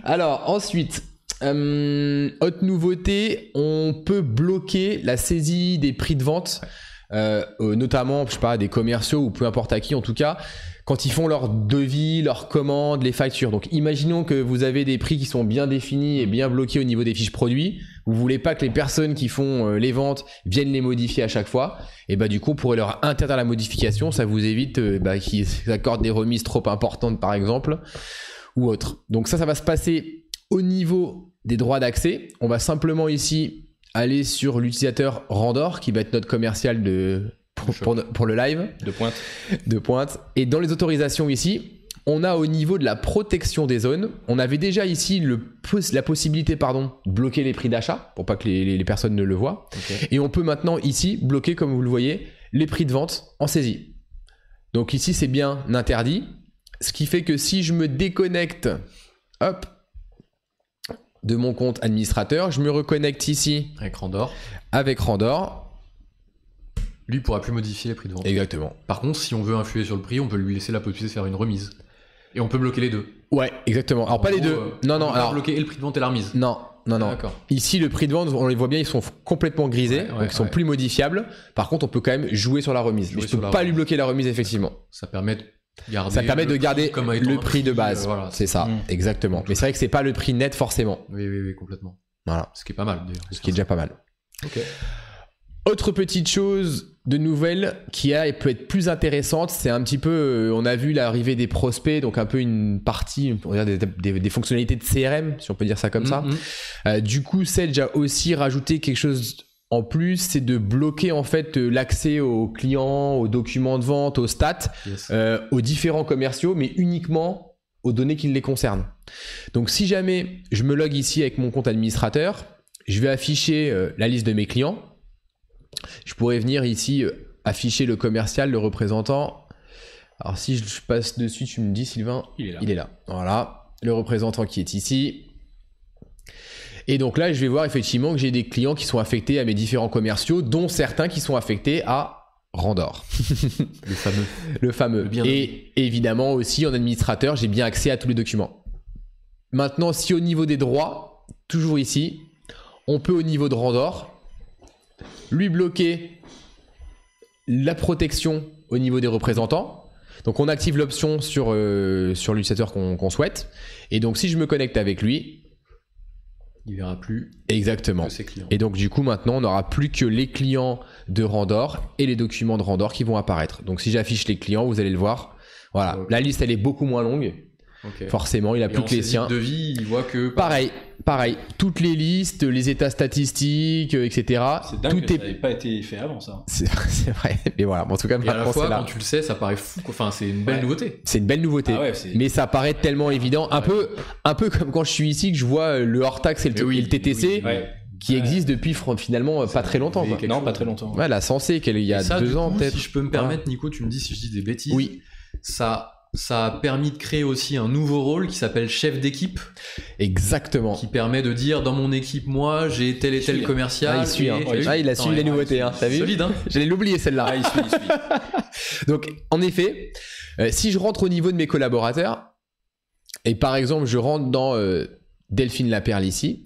B: Alors, ensuite, euh, autre nouveauté, on peut bloquer la saisie des prix de vente, euh, euh, notamment, je sais pas, des commerciaux ou peu importe à qui en tout cas, quand ils font leurs devis, leurs commandes, les factures. Donc, imaginons que vous avez des prix qui sont bien définis et bien bloqués au niveau des fiches produits. Vous voulez pas que les personnes qui font euh, les ventes viennent les modifier à chaque fois et bah du coup on pourrait leur interdire la modification ça vous évite euh, bah, qu'ils accordent des remises trop importantes par exemple ou autre donc ça ça va se passer au niveau des droits d'accès on va simplement ici aller sur l'utilisateur Randor qui va être notre commercial de pour, pour no- pour le live
C: De pointe.
B: de pointe et dans les autorisations ici on a au niveau de la protection des zones, on avait déjà ici le poss- la possibilité pardon, de bloquer les prix d'achat pour pas que les- les- les personnes ne le voient.
A: Ok.
B: Et on peut maintenant ici bloquer, comme vous le voyez, les prix de vente en saisie. Donc ici, c'est bien interdit. Ce qui fait que si je me déconnecte, hop, de mon compte administrateur, je me reconnecte ici
A: Écran d'or.
B: avec Randor.
A: lui pourra plus modifier les prix de vente.
B: Exactement.
A: Par contre, si on veut influer sur le prix, on peut lui laisser la possibilité de faire une remise. Et on peut bloquer les deux.
B: Ouais, exactement. Alors,
A: En
B: pas les
A: gros,
B: deux.
A: euh,
B: non,
A: on
B: non,
A: peut
B: alors.
A: bloquer et le prix de vente et la remise.
B: Non, non, non.
A: D'accord.
B: Ici, le prix de vente, on les voit bien, ils sont f- complètement grisés,
A: Ouais, ouais,
B: donc ils sont
A: ouais.
B: plus modifiables. Par contre, on peut quand même jouer sur la remise.
A: Jouer
B: Mais je
A: sur
B: peux
A: la
B: pas lui
A: remise.
B: bloquer la remise, effectivement.
A: Ça permet de garder.
B: Ça permet
A: Ah le
B: de
A: prix
B: garder
A: comme étant
B: le
A: un
B: prix de
A: euh,
B: base.
A: voilà.
B: C'est ça,
C: Mm.
B: exactement. Mais c'est vrai que c'est pas le prix net forcément.
A: Oui, oui, oui, complètement.
B: Voilà.
A: Ce qui est pas mal d'ailleurs.
B: Ce qui est déjà pas mal.
A: Ok.
B: Autre petite chose de nouvelle qui a et peut être plus intéressante, c'est un petit peu, euh, on a vu l'arrivée des prospects, donc un peu une partie, on va dire des, des- des fonctionnalités de CRM, si on peut dire ça comme ça.
A: Mm, mm.
B: Euh, du coup, Sage a aussi rajouté quelque chose en plus, c'est de bloquer en fait euh, l'accès aux clients, aux documents de vente, aux stats,
A: Yes.
B: euh, aux différents commerciaux, mais uniquement aux données qui les concernent. Donc si jamais je me log ici avec mon compte administrateur, je vais afficher euh, la liste de mes clients. Je pourrais venir ici euh, afficher le commercial, le représentant. Alors si je passe dessus, tu me dis Sylvain,
C: Il est là.
B: il est là. Voilà, le représentant qui est ici. Et donc là, je vais voir effectivement que j'ai des clients qui sont affectés à mes différents commerciaux, dont certains qui sont affectés à Randor,
A: Le fameux.
B: le fameux.
A: Le bien
B: Et évidemment aussi, en administrateur, j'ai bien accès à tous les documents. Maintenant, si au niveau des droits, toujours ici, on peut au niveau de Randor lui bloquer la protection au niveau des représentants. Donc on active l'option sur, euh, sur l'utilisateur qu'on qu'on souhaite. Et donc si je me connecte avec lui,
A: Il verra plus
B: exactement.
A: que ses clients.
B: Et donc du coup maintenant on n'aura plus que les clients de Randor et les documents de Randor qui vont apparaître. Donc si j'affiche les clients, vous allez le voir. Voilà,
A: Ok.
B: la liste elle est beaucoup moins longue.
A: Ok.
B: Forcément, il a
A: Et
B: plus
A: en
B: que les
A: saisie
B: siens.
A: De vie, il voit que.
B: Pareil, pareil. Toutes les listes, les états statistiques, euh, etc.
C: C'est
B: Tout
C: dingue que
B: est.
C: ça n'avait pas été fait avant ça.
B: C'est c'est vrai. Mais voilà, en tout cas,
A: Et à la
B: maintenant
A: fois,
B: c'est
A: quand
B: là.
A: tu le sais, ça paraît fou. quoi. Enfin, c'est une belle
C: Ouais.
A: nouveauté.
B: C'est une belle nouveauté.
C: Ah ouais, c'est-
B: Mais ça paraît tellement évident, un
A: Ouais.
B: peu, un peu comme quand je suis ici que je vois euh, le hors taxe et le,
A: Mais oui,
B: et le TTC
A: oui, oui.
C: Ouais.
B: qui
C: Ouais.
B: existe depuis fran- finalement euh, pas très longtemps.
A: mais
B: Quoi.
A: quelque
C: Non,
A: chose.
C: pas très longtemps.
B: Ouais, la Sensei, qu'elle- il y a
A: Et ça,
B: deux
A: du
B: ans
A: coup,
B: peut-être.
A: Si je peux me
B: Voilà.
A: permettre, Nico, tu me dis si je dis des bêtises.
B: Oui,
A: Ça, ça a permis de créer aussi un nouveau rôle qui s'appelle chef d'équipe,
B: exactement.
A: qui permet de dire dans mon équipe, moi, j'ai tel et
C: Il
A: tel
C: suit, hein.
A: commercial.
B: Ah, il suit, hein.
A: et-
C: Ouais,
A: et-
B: Ah, il a
A: Attends,
B: suivi les
A: ouais,
B: nouveautés, hein. T'as vu
A: Solide, hein.
B: J'allais l'oublier celle-là.
C: Ah, il suit, il suit.
B: Ah, Donc, en effet, euh, si je rentre au niveau de mes collaborateurs, et par exemple, je rentre dans euh, Delphine Laperle ici,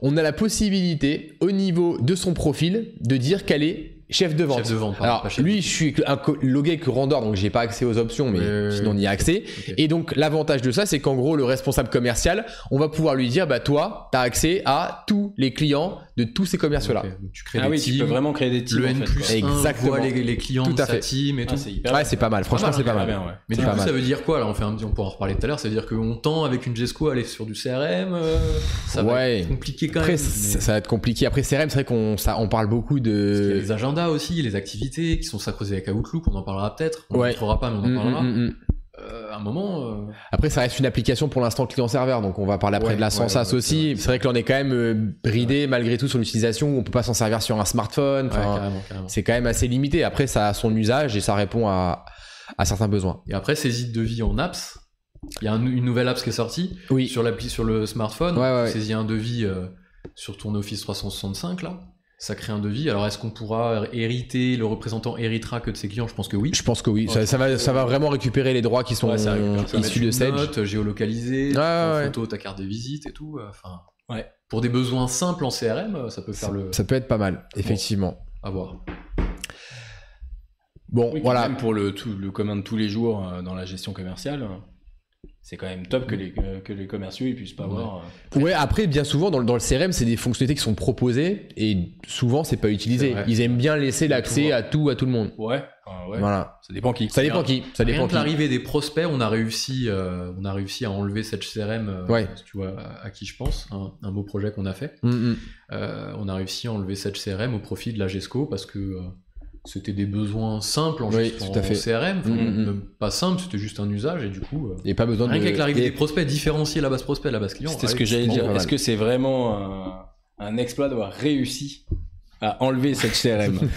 B: on a la possibilité, au niveau de son profil, de dire qu'elle est chef de vente.
A: Chef de vente, pardon,
B: Alors,
A: pas chef
B: lui, je suis un co- logué que Randor, donc j'ai pas accès aux options, mais
A: Ouais, ouais,
B: sinon on y a accès.
A: Ok.
B: Et donc, l'avantage de ça, c'est qu'en gros, le responsable commercial, on va pouvoir lui dire, bah, toi, t'as accès à tous les clients de tous ces commerciaux-là.
A: Ok, donc Tu crées
C: Ah
A: des
C: oui, tu
A: teams,
C: peux vraiment créer des teams.
A: le
C: en
A: N
C: fait,
A: plus
C: quoi.
A: 1
B: Exactement.
A: voit les, les clients
B: Tout à
A: de sa
B: fait.
A: team et
C: Ah,
A: tout.
C: c'est hyper
B: Ouais, c'est pas mal. Franchement,
A: mal, hein,
B: c'est pas
C: Ah,
B: mal.
C: bien, ouais.
A: Mais
B: C'est
A: du
B: pas
A: coup,
B: mal.
A: ça veut dire quoi là On fait un petit, on peut en reparler tout à l'heure. C'est-à-dire qu'on tend avec une GESCO à aller sur du CRM. euh, ça va
B: Ouais.
A: être compliqué quand
B: Après,
A: même.
B: ça,
A: mais-
B: ça va être compliqué. Après, CRM, c'est vrai qu'on ça- on parle beaucoup
A: Parce qu'il y a
B: de.
A: les agendas aussi, les activités qui sont sacrosées avec Outlook. On en parlera peut-être. On
B: Ouais.
A: ne parlera pas, mais on en
B: Mm,
A: parlera.
B: mm, mm.
A: Euh, à un moment, euh,
B: Après, ça reste une application pour l'instant client-serveur, donc on va parler après
A: Ouais,
B: de la
A: ouais,
B: Sensas
A: ouais, c'est
B: aussi.
A: vrai.
B: C'est vrai que l'on est quand même euh, bridé malgré tout sur l'utilisation où on peut pas s'en servir sur un smartphone.
A: ouais,
B: Enfin,
A: carrément, carrément.
B: c'est quand même assez limité. Après, ça a son usage et ça répond à, à certains besoins.
A: Et après, saisie de devis en apps. Il y a un- une nouvelle apps qui est sortie
B: Oui.
A: sur l'appli, sur le smartphone.
B: Ouais, ouais, ouais.
A: Tu saisis un devis euh, sur ton Office 365 là. Ça crée un devis. Alors, est-ce qu'on pourra hériter le représentant héritera que de ses clients Je pense que oui.
B: Je pense que oui. Ça, ça va, ça va vraiment récupérer les droits qui sont
C: Ouais, ça récupère, ça va
B: issus de Sage.
A: Note, géolocalisé, tu
B: Ouais,
A: prends
B: ouais.
A: photo, ta carte de visite et tout. euh, Enfin,
C: Ouais.
A: Pour des besoins simples en CRM, euh, ça peut faire
B: Ça,
A: le.
B: ça peut être pas mal, effectivement.
A: avoir.
B: Bon,
C: Oui, quand
B: voilà.
C: Même pour le, tout, le commun de tous les jours euh, dans la gestion commerciale, euh, c'est quand même top que les, euh, que, que les commerciaux ils puissent pas
A: Ouais.
C: voir. euh,
B: Ouais, après, bien souvent, dans le, dans le CRM, c'est des fonctionnalités qui sont proposées et souvent, c'est pas utilisé.
A: C'est vrai.
B: Ils aiment bien laisser l'accès
A: Toujours.
B: à tout, à tout le monde.
C: Ouais, enfin, ouais.
B: Voilà.
C: Ça dépend qui.
B: Ça dépend
A: Rien-
B: qui. Ça
A: Rien
B: dépend
A: que
B: qui.
A: l'arrivée des prospects, on a réussi, euh, on a réussi à enlever cette CRM. euh,
B: Ouais.
A: Tu vois à, à qui je pense, un, un beau projet qu'on a fait.
B: Mm, mm.
A: Euh, on a réussi à enlever cette CRM au profit de la GESCO parce que euh, c'était des besoins simples en,
B: Oui,
A: gestion-
B: tout à fait.
A: en CRM, enfin,
B: Mm, mm.
A: même pas simple, c'était juste un usage et du coup. euh,
B: Il n'y a pas besoin
A: Rien
B: de.
A: qu'avec l'arrivée des
B: Et-
A: prospects, différencier la base prospect et la base client.
C: C'était
A: ah
C: ce
A: oui,
C: que j'allais
A: c'est
C: dire.
A: pas mal.
C: Est-ce que c'est vraiment un, un exploit d'avoir réussi à enlever cette CRM
B: Non,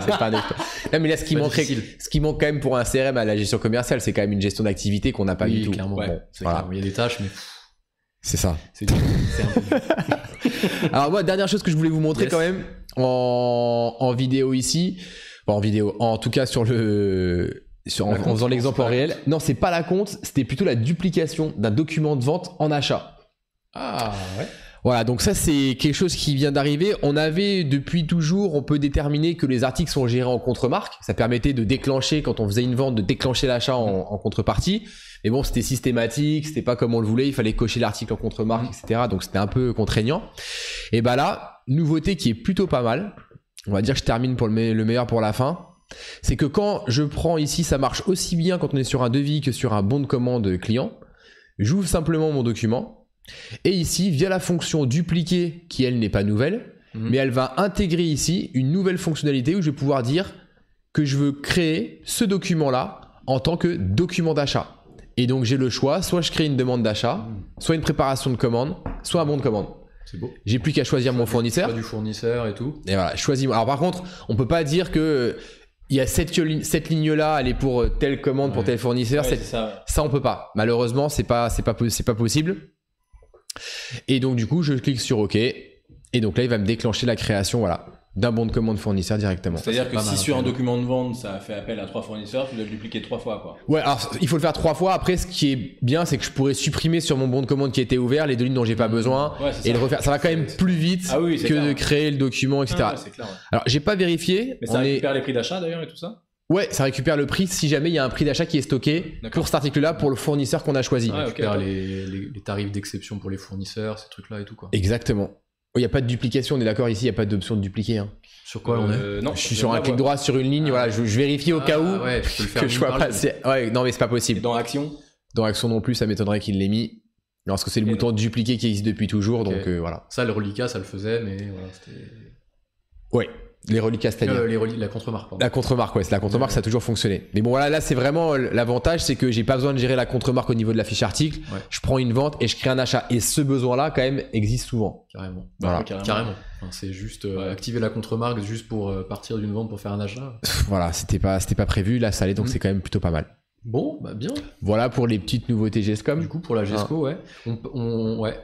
B: c'est pas un exploit. Non, mais là, ce qui
A: Pas
B: manquerait,
A: difficile.
B: ce qui manque quand même pour un CRM à la gestion commerciale, c'est quand même une gestion d'activité qu'on n'a pas
A: Oui,
B: du tout.
A: clairement.
B: Bon,
A: Ouais, c'est
B: voilà.
A: clair. Il y a des tâches, mais
B: C'est ça.
A: c'est c'est un peu dur.
B: Alors moi, dernière chose que je voulais vous montrer
A: Yes.
B: quand même, en, en vidéo ici. Enfin, en vidéo, en tout cas sur le. Sur, en,
A: La
B: en
A: compte,
B: faisant l'exemple
A: c'est
B: en
A: pas la
B: réel. Non, c'est pas la compte, c'était plutôt la duplication d'un document de vente en achat.
A: Ah ouais.
B: Voilà, donc ça c'est quelque chose qui vient d'arriver. On avait depuis toujours, on peut déterminer que les articles sont gérés en contre-marque. Ça permettait de déclencher, quand on faisait une vente, de déclencher l'achat en, en contrepartie. Mais bon, c'était systématique, c'était pas comme on le voulait, il fallait cocher l'article en contre-marque, etc. Donc c'était un peu contraignant. Et bah là, nouveauté qui est plutôt pas mal. On va dire que je termine pour le, me- le meilleur pour la fin. C'est que quand je prends ici, ça marche aussi bien quand on est sur un devis que sur un bon de commande client. J'ouvre simplement mon document. Et ici, via la fonction dupliquer, qui elle n'est pas nouvelle,
A: Mhm.
B: mais elle va intégrer ici une nouvelle fonctionnalité où je vais pouvoir dire que je veux créer ce document-là en tant que document d'achat. Et donc j'ai le choix, soit je crée une demande d'achat, soit une préparation de commande, soit un bon de commande.
A: C'est beau.
B: J'ai plus qu'à choisir mon
A: Pas
B: fournisseur.
A: du fournisseur et tout.
B: Et voilà, je choisis. Alors par contre, on peut pas dire que euh, il y a cette, ligne- cette ligne-là, elle est pour euh, telle commande, pour
A: Ouais.
B: tel fournisseur, cette-
C: ça.
B: ça, on peut pas. Malheureusement, c'est pas, c'est pas, po- c'est pas possible. Et donc, du coup, je clique sur OK. Et donc là, il va me déclencher la création, voilà, d'un bon de commande fournisseur directement.
A: Ça,
C: C'est-à-dire
A: c'est
C: que
A: pas
C: si
A: mal,
C: sur
A: quand
C: un
A: même.
C: document de vente, ça fait appel à trois fournisseurs, tu dois le dupliquer trois fois, quoi.
B: Ouais, alors il faut le faire trois fois. Après, ce qui est bien, c'est que je pourrais supprimer sur mon bon de commande qui était ouvert les deux lignes dont j'ai pas besoin
C: Ouais, Mmh. c'est
B: et
C: ça.
B: le refaire. Ça va quand même plus vite
C: Ah oui, c'est
B: que
C: clair.
B: de créer le document, etc.
C: Ah, ouais, c'est clair. ouais.
B: Alors, j'ai pas vérifié.
C: Mais
B: On
C: ça
B: est-
C: récupère les prix d'achat d'ailleurs et tout ça
B: Ouais, ça récupère le prix si jamais il y a un prix d'achat qui est stocké
C: D'accord.
B: pour cet article-là, pour le fournisseur qu'on a choisi.
C: Ah,
A: Il
C: ok,
A: récupère
C: ouais.
A: les, les- les tarifs d'exception pour les fournisseurs, ces trucs-là et tout quoi.
B: Exactement. Il n'y a pas de duplication, on est d'accord ici, il n'y a pas d'option de dupliquer. hein.
A: Sur quoi on est
C: Euh, Non,
B: Je suis sur un clic droit sur une ligne,
A: Ah.
B: voilà, je, je vérifie au
A: Ah,
B: cas où
A: ouais, tu peux le faire
B: que je
A: d'une
B: vois
A: par
B: pas.
A: ligne.
B: c'est- Ouais, non mais c'est pas
C: Et
B: possible.
C: dans Action
B: Dans Action non plus, ça m'étonnerait qu'il l'ait mis. Non, parce que c'est le
C: Ok.
B: bouton dupliquer qui existe depuis toujours,
A: Ok.
B: donc euh, voilà.
A: Ça, les reliquats, ça le faisait, mais voilà, c'était.
B: Ouais, les reliquats, c'est-à-dire.
A: Euh, les reliques, la contre-marque, pardon.
B: La contre-marque, ouais, c'est la contre-marque,
A: Ouais.
B: ça a toujours fonctionné. Mais bon, voilà, là, c'est vraiment euh, l'avantage, c'est que j'ai pas besoin de gérer la contre-marque au niveau de la fiche article.
A: Ouais.
B: Je prends une vente et je crée un achat. Et ce besoin-là, quand même, existe souvent.
A: Carrément.
B: Voilà.
C: Ouais, carrément.
A: Carrément. Enfin, c'est juste euh,
C: Ouais.
A: activer la contre-marque juste pour euh, partir d'une vente pour faire un achat.
B: Pff, voilà, c'était pas, c'était pas prévu, là, ça allait, donc
A: Mm.
B: c'est quand même plutôt pas mal.
A: Bon, bah bien.
B: Voilà pour les petites nouveautés
A: Du
B: GESCOM.
A: coup, pour la
B: Ah.
A: GESCO, ouais. On, on- ouais.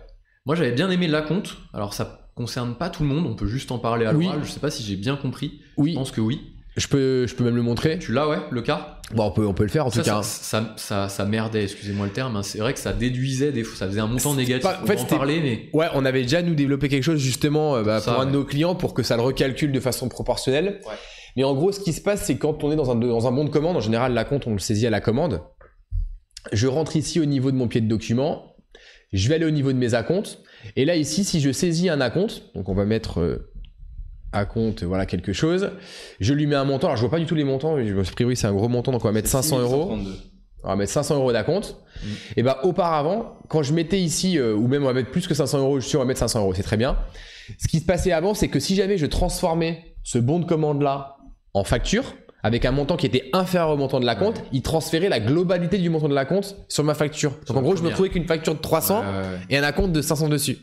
A: Moi, j'avais bien aimé la compte. Alors, ça concerne pas tout le monde. On peut juste en parler à
B: Oui.
A: l'oral. Je sais pas si j'ai bien compris. Je
B: Oui,
A: pense que oui.
B: je peux, je peux même le montrer.
A: Tu l'as, ouais, le cas
B: Bon, on peut, on peut le faire en
A: ça,
B: tout cas.
A: ça,
B: hein.
A: ça, ça- ça merdait, excusez-moi le terme. hein. C'est vrai que ça déduisait des fois, ça faisait un montant
B: C'était
A: négatif.
B: pas- en
A: on
B: fait,
A: va en
B: c'était-
A: parler, mais
B: Ouais, on avait déjà nous développé quelque chose justement euh, bah,
A: Ça,
B: pour un de
A: ouais.
B: nos clients pour que ça le recalcule de façon proportionnelle.
A: Ouais.
B: Mais en gros, ce qui se passe, c'est quand on est dans un, dans un bon de commande, en général, la compte, on le saisit à la commande. Je rentre ici au niveau de mon pied de document. Je vais aller au niveau de mes acomptes. Et là, ici, si je saisis un acompte, donc on va mettre euh, acompte, voilà quelque chose. Je lui mets un montant. Alors, je vois pas du tout les montants. mais A priori, c'est un gros montant, donc on va mettre 500 euros.
C: 632.
B: on va mettre 500 euros d'acompte.
A: Mm.
B: Et ben auparavant, quand je mettais ici, euh, ou même on va mettre plus que 500 euros, je suis sûr, on va mettre 500 euros, c'est très bien. Ce qui se passait avant, c'est que si jamais je transformais ce bon de commande là en facture, avec un montant qui était inférieur au montant de la compte, il transférait la globalité du montant de la compte sur ma facture.
A: Sur
B: Donc en
A: la
B: gros, je me
A: première.
B: trouvais qu'une facture de 300
A: euh,
B: et un acompte de 500 dessus.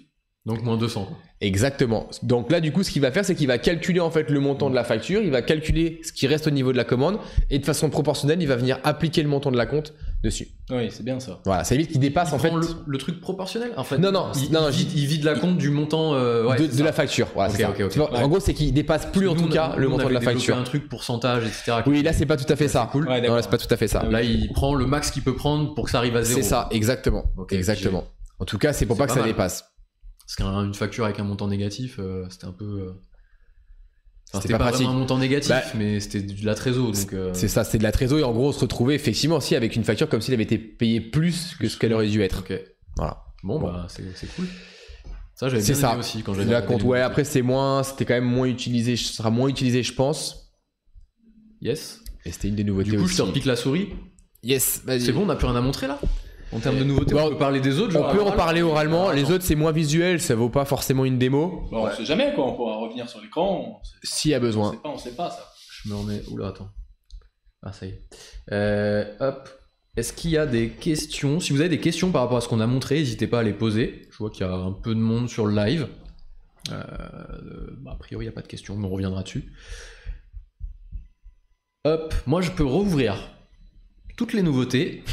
A: donc moins 200. quoi.
B: Exactement. Donc là, du coup, ce qu'il va faire, c'est qu'il va calculer en fait le montant de la facture, il va calculer ce qui reste au niveau de la commande, et de façon proportionnelle, il va venir appliquer le montant de la compte dessus.
C: Oui, c'est bien ça.
B: Voilà, ça évite qu'il dépasse en fait
A: Prends le, le truc proportionnel, en fait.
B: Non, non,
A: il,
B: non, non,
A: il vide, il vide la
B: il-
A: compte du montant. euh, ouais,
B: de,
A: c'est
B: de
A: ça.
B: la facture. Voilà,
A: Ok,
B: c'est ça.
A: ok, ok.
B: Tu vois, En
C: Ouais.
B: gros, c'est qu'il dépasse plus en
A: Nous,
B: tout
A: on a-
B: cas
A: nous,
B: le
A: on
B: montant de
A: avait
B: la
A: développé
B: facture.
A: un truc pourcentage, etc.
B: Oui, là, c'est pas tout à fait ça.
A: Cool.
C: Ouais,
B: Non,
C: d'accord.
B: là, c'est pas tout à fait ça.
C: Ah oui.
A: Là, il prend le max qu'il peut prendre pour que ça arrive à zéro.
B: C'est ça, exactement.
A: Ok,
B: exactement. En tout cas, c'est pour
A: C'est
B: pas que
A: pas
B: ça
A: mal.
B: dépasse.
A: Parce qu'une facture avec un montant négatif, euh, c'était un peu. euh, enfin,
B: C'était
A: c'était
B: pas
A: pas,
B: pratique.
A: vraiment un montant négatif,
B: Bah,
A: mais c'était de la trésor. Donc, euh,
B: C'est ça, c'est de la trésorerie. En gros, on se retrouvait effectivement aussi avec une facture comme s'il avait été payé plus que ce qu'elle aurait dû être.
A: ok.
B: Voilà.
A: Bon,
B: Bon.
A: bah, c'est c'est cool. Ça, j'avais
B: C'est
A: bien
B: ça.
A: aimé aussi quand j'avais.
B: La
A: regardé
B: compte,
A: les
B: ouais,
A: nouveautés.
B: après, c'est moins, c'était quand même moins utilisé, ce sera moins utilisé, je pense.
A: Yes.
B: Et c'était une des nouveautés
A: Du coup,
B: aussi.
A: je te repique la souris.
B: Yes, vas-y.
A: C'est bon, on n'a plus rien à montrer là En termes de nouveautés,
B: Bon,
A: on peut parler des autres genre,
B: On peut en
A: alors,
B: parler oralement. Les autres, c'est moins visuel, ça vaut pas forcément une démo.
C: Bon, on sait jamais quoi, on pourra revenir sur l'écran. on sait-
B: S'il y a
C: On
B: besoin.
C: sait pas, on sait pas ça.
A: Je me remets. Oula, attends. Ah, ça y est. Euh, hop. Est-ce qu'il y a des questions Si vous avez des questions par rapport à ce qu'on a montré, n'hésitez pas à les poser. Je vois qu'il y a un peu de monde sur le live. Euh, bah, a priori, il n'y a pas de questions, mais on reviendra dessus. Hop, moi je peux rouvrir toutes les nouveautés,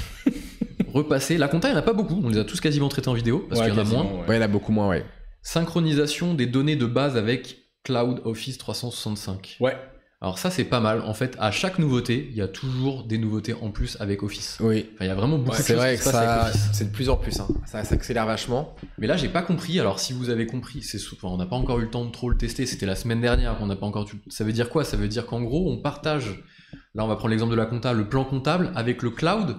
A: repasser. La compta, il n'y en a pas beaucoup, on les a tous quasiment traités en vidéo, parce qu'il y en a moins.
B: Ouais, il y en a beaucoup moins, ouais.
A: Synchronisation des données de base avec Cloud Office 365.
C: Ouais.
A: Alors ça, c'est pas mal. En fait, à chaque nouveauté, il y a toujours des nouveautés en plus avec Office.
B: Oui.
A: Enfin, il y a vraiment beaucoup
B: Ouais,
A: de
B: c'est
A: choses
B: vrai
A: qui
B: que
A: se passent avec
B: ça,
A: Office.
B: c'est de plus en plus. hein. Ça s'accélère vachement.
A: Mais là, j'ai pas compris. Alors, si vous avez compris, c'est sou- enfin, on n'a pas encore eu le temps de trop le tester. C'était la semaine dernière qu'on n'a pas encore. Ça veut dire quoi Ça veut dire qu'en gros, on partage. Là, on va prendre l'exemple de la compta, le plan comptable avec le cloud.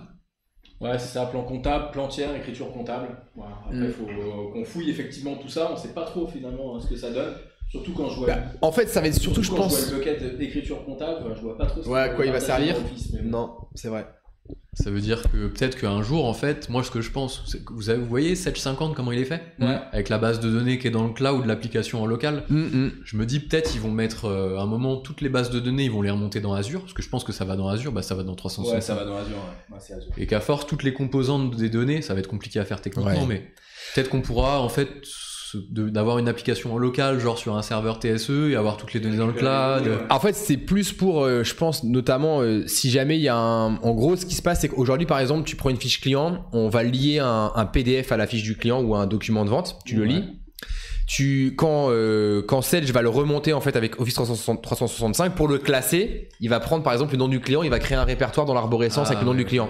C: Ouais, c'est ça, plan comptable, plan tiers, écriture comptable. Voilà. Après,
B: Mm.
C: faut euh, qu'on fouille effectivement tout ça. On sait pas trop finalement hein, ce que ça donne. Surtout quand je vois,
B: Bah, en fait, ça va être surtout, je
C: quand
B: pense.
C: vois le bucket écriture comptable, bah, je vois pas trop ce
B: Ouais,
C: qu'on
B: quoi il va
C: partager
B: servir.
C: dans Office, mais bon.
B: Non, c'est vrai.
A: Ça veut dire que peut-être qu'un jour, en fait, moi, ce que je pense, c'est que vous, avez- vous voyez 750 comment il est fait
C: Ouais.
A: Avec la base de données qui est dans le cloud, l'application en local.
B: Mm, mm.
A: Je me dis peut-être ils vont mettre euh, à un moment toutes les bases de données, ils vont les remonter dans Azure, parce que je pense que ça va dans Azure, bah ça va dans 365.
C: Ouais, ça va dans Azure. Ouais. Ouais, c'est Azure.
A: Et qu'à force, toutes les composantes des données, ça va être compliqué à faire techniquement,
B: Ouais.
A: mais peut-être qu'on pourra, en fait, se- de- d'avoir une application locale, genre sur un serveur TSE, et avoir toutes les données dans le
C: récupérer les données,
A: cloud.
C: ouais.
B: En fait, c'est plus pour, euh, je pense, notamment euh, si jamais il y a un. En gros, ce qui se passe, c'est qu'aujourd'hui, par exemple, tu prends une fiche client, on va lier un, un PDF à la fiche du client ou à un document de vente, tu le
C: Ouais.
B: lis. Tu, quand, euh, quand Sage va le remonter en fait avec Office 360 365 pour le classer, il va prendre par exemple le nom du client, il va créer un répertoire dans l'arborescence
A: Ah,
B: avec le nom
A: ouais.
B: du client.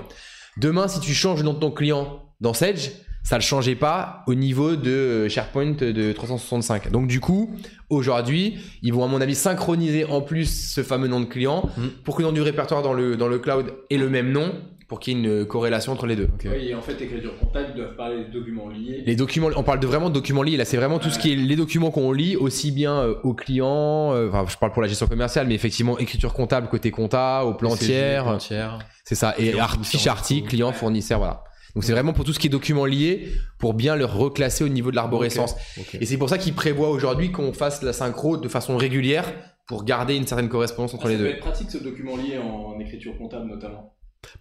B: Demain, si tu changes le nom de ton client dans Sage, ça ne le changeait pas au niveau de euh, SharePoint de 365. Donc du coup, aujourd'hui, ils vont à mon avis synchroniser en plus ce fameux nom de client
A: Mm.
B: pour que le nom du répertoire dans le, dans le cloud ait le même nom pour qu'il y ait une euh, corrélation entre les deux.
A: Ok.
C: Oui, et en fait, écriture comptable, ils doivent parler des documents liés.
B: Les documents, on parle de vraiment de documents liés. Là, c'est vraiment tout ce qui est les documents qu'on lit, aussi bien euh, aux clients. euh, enfin, je parle pour la gestion commerciale, mais effectivement, écriture comptable côté compta, au plan
A: PCG,
B: tiers.
A: plan tiers.
B: C'est ça. Et
A: Client,
B: art-
A: fournisseur,
B: fiche article,
A: info.
B: client, fournisseur, voilà. Donc c'est vraiment pour tout ce qui est documents liés, pour bien le reclasser au niveau de l'arborescence.
A: Ok.
B: Et c'est pour ça qu'il prévoit aujourd'hui qu'on fasse la synchro de façon régulière pour garder une certaine correspondance
C: Ah,
B: entre
C: ça
B: les
C: peut
B: deux.
C: être pratique ce document lié en écriture comptable notamment.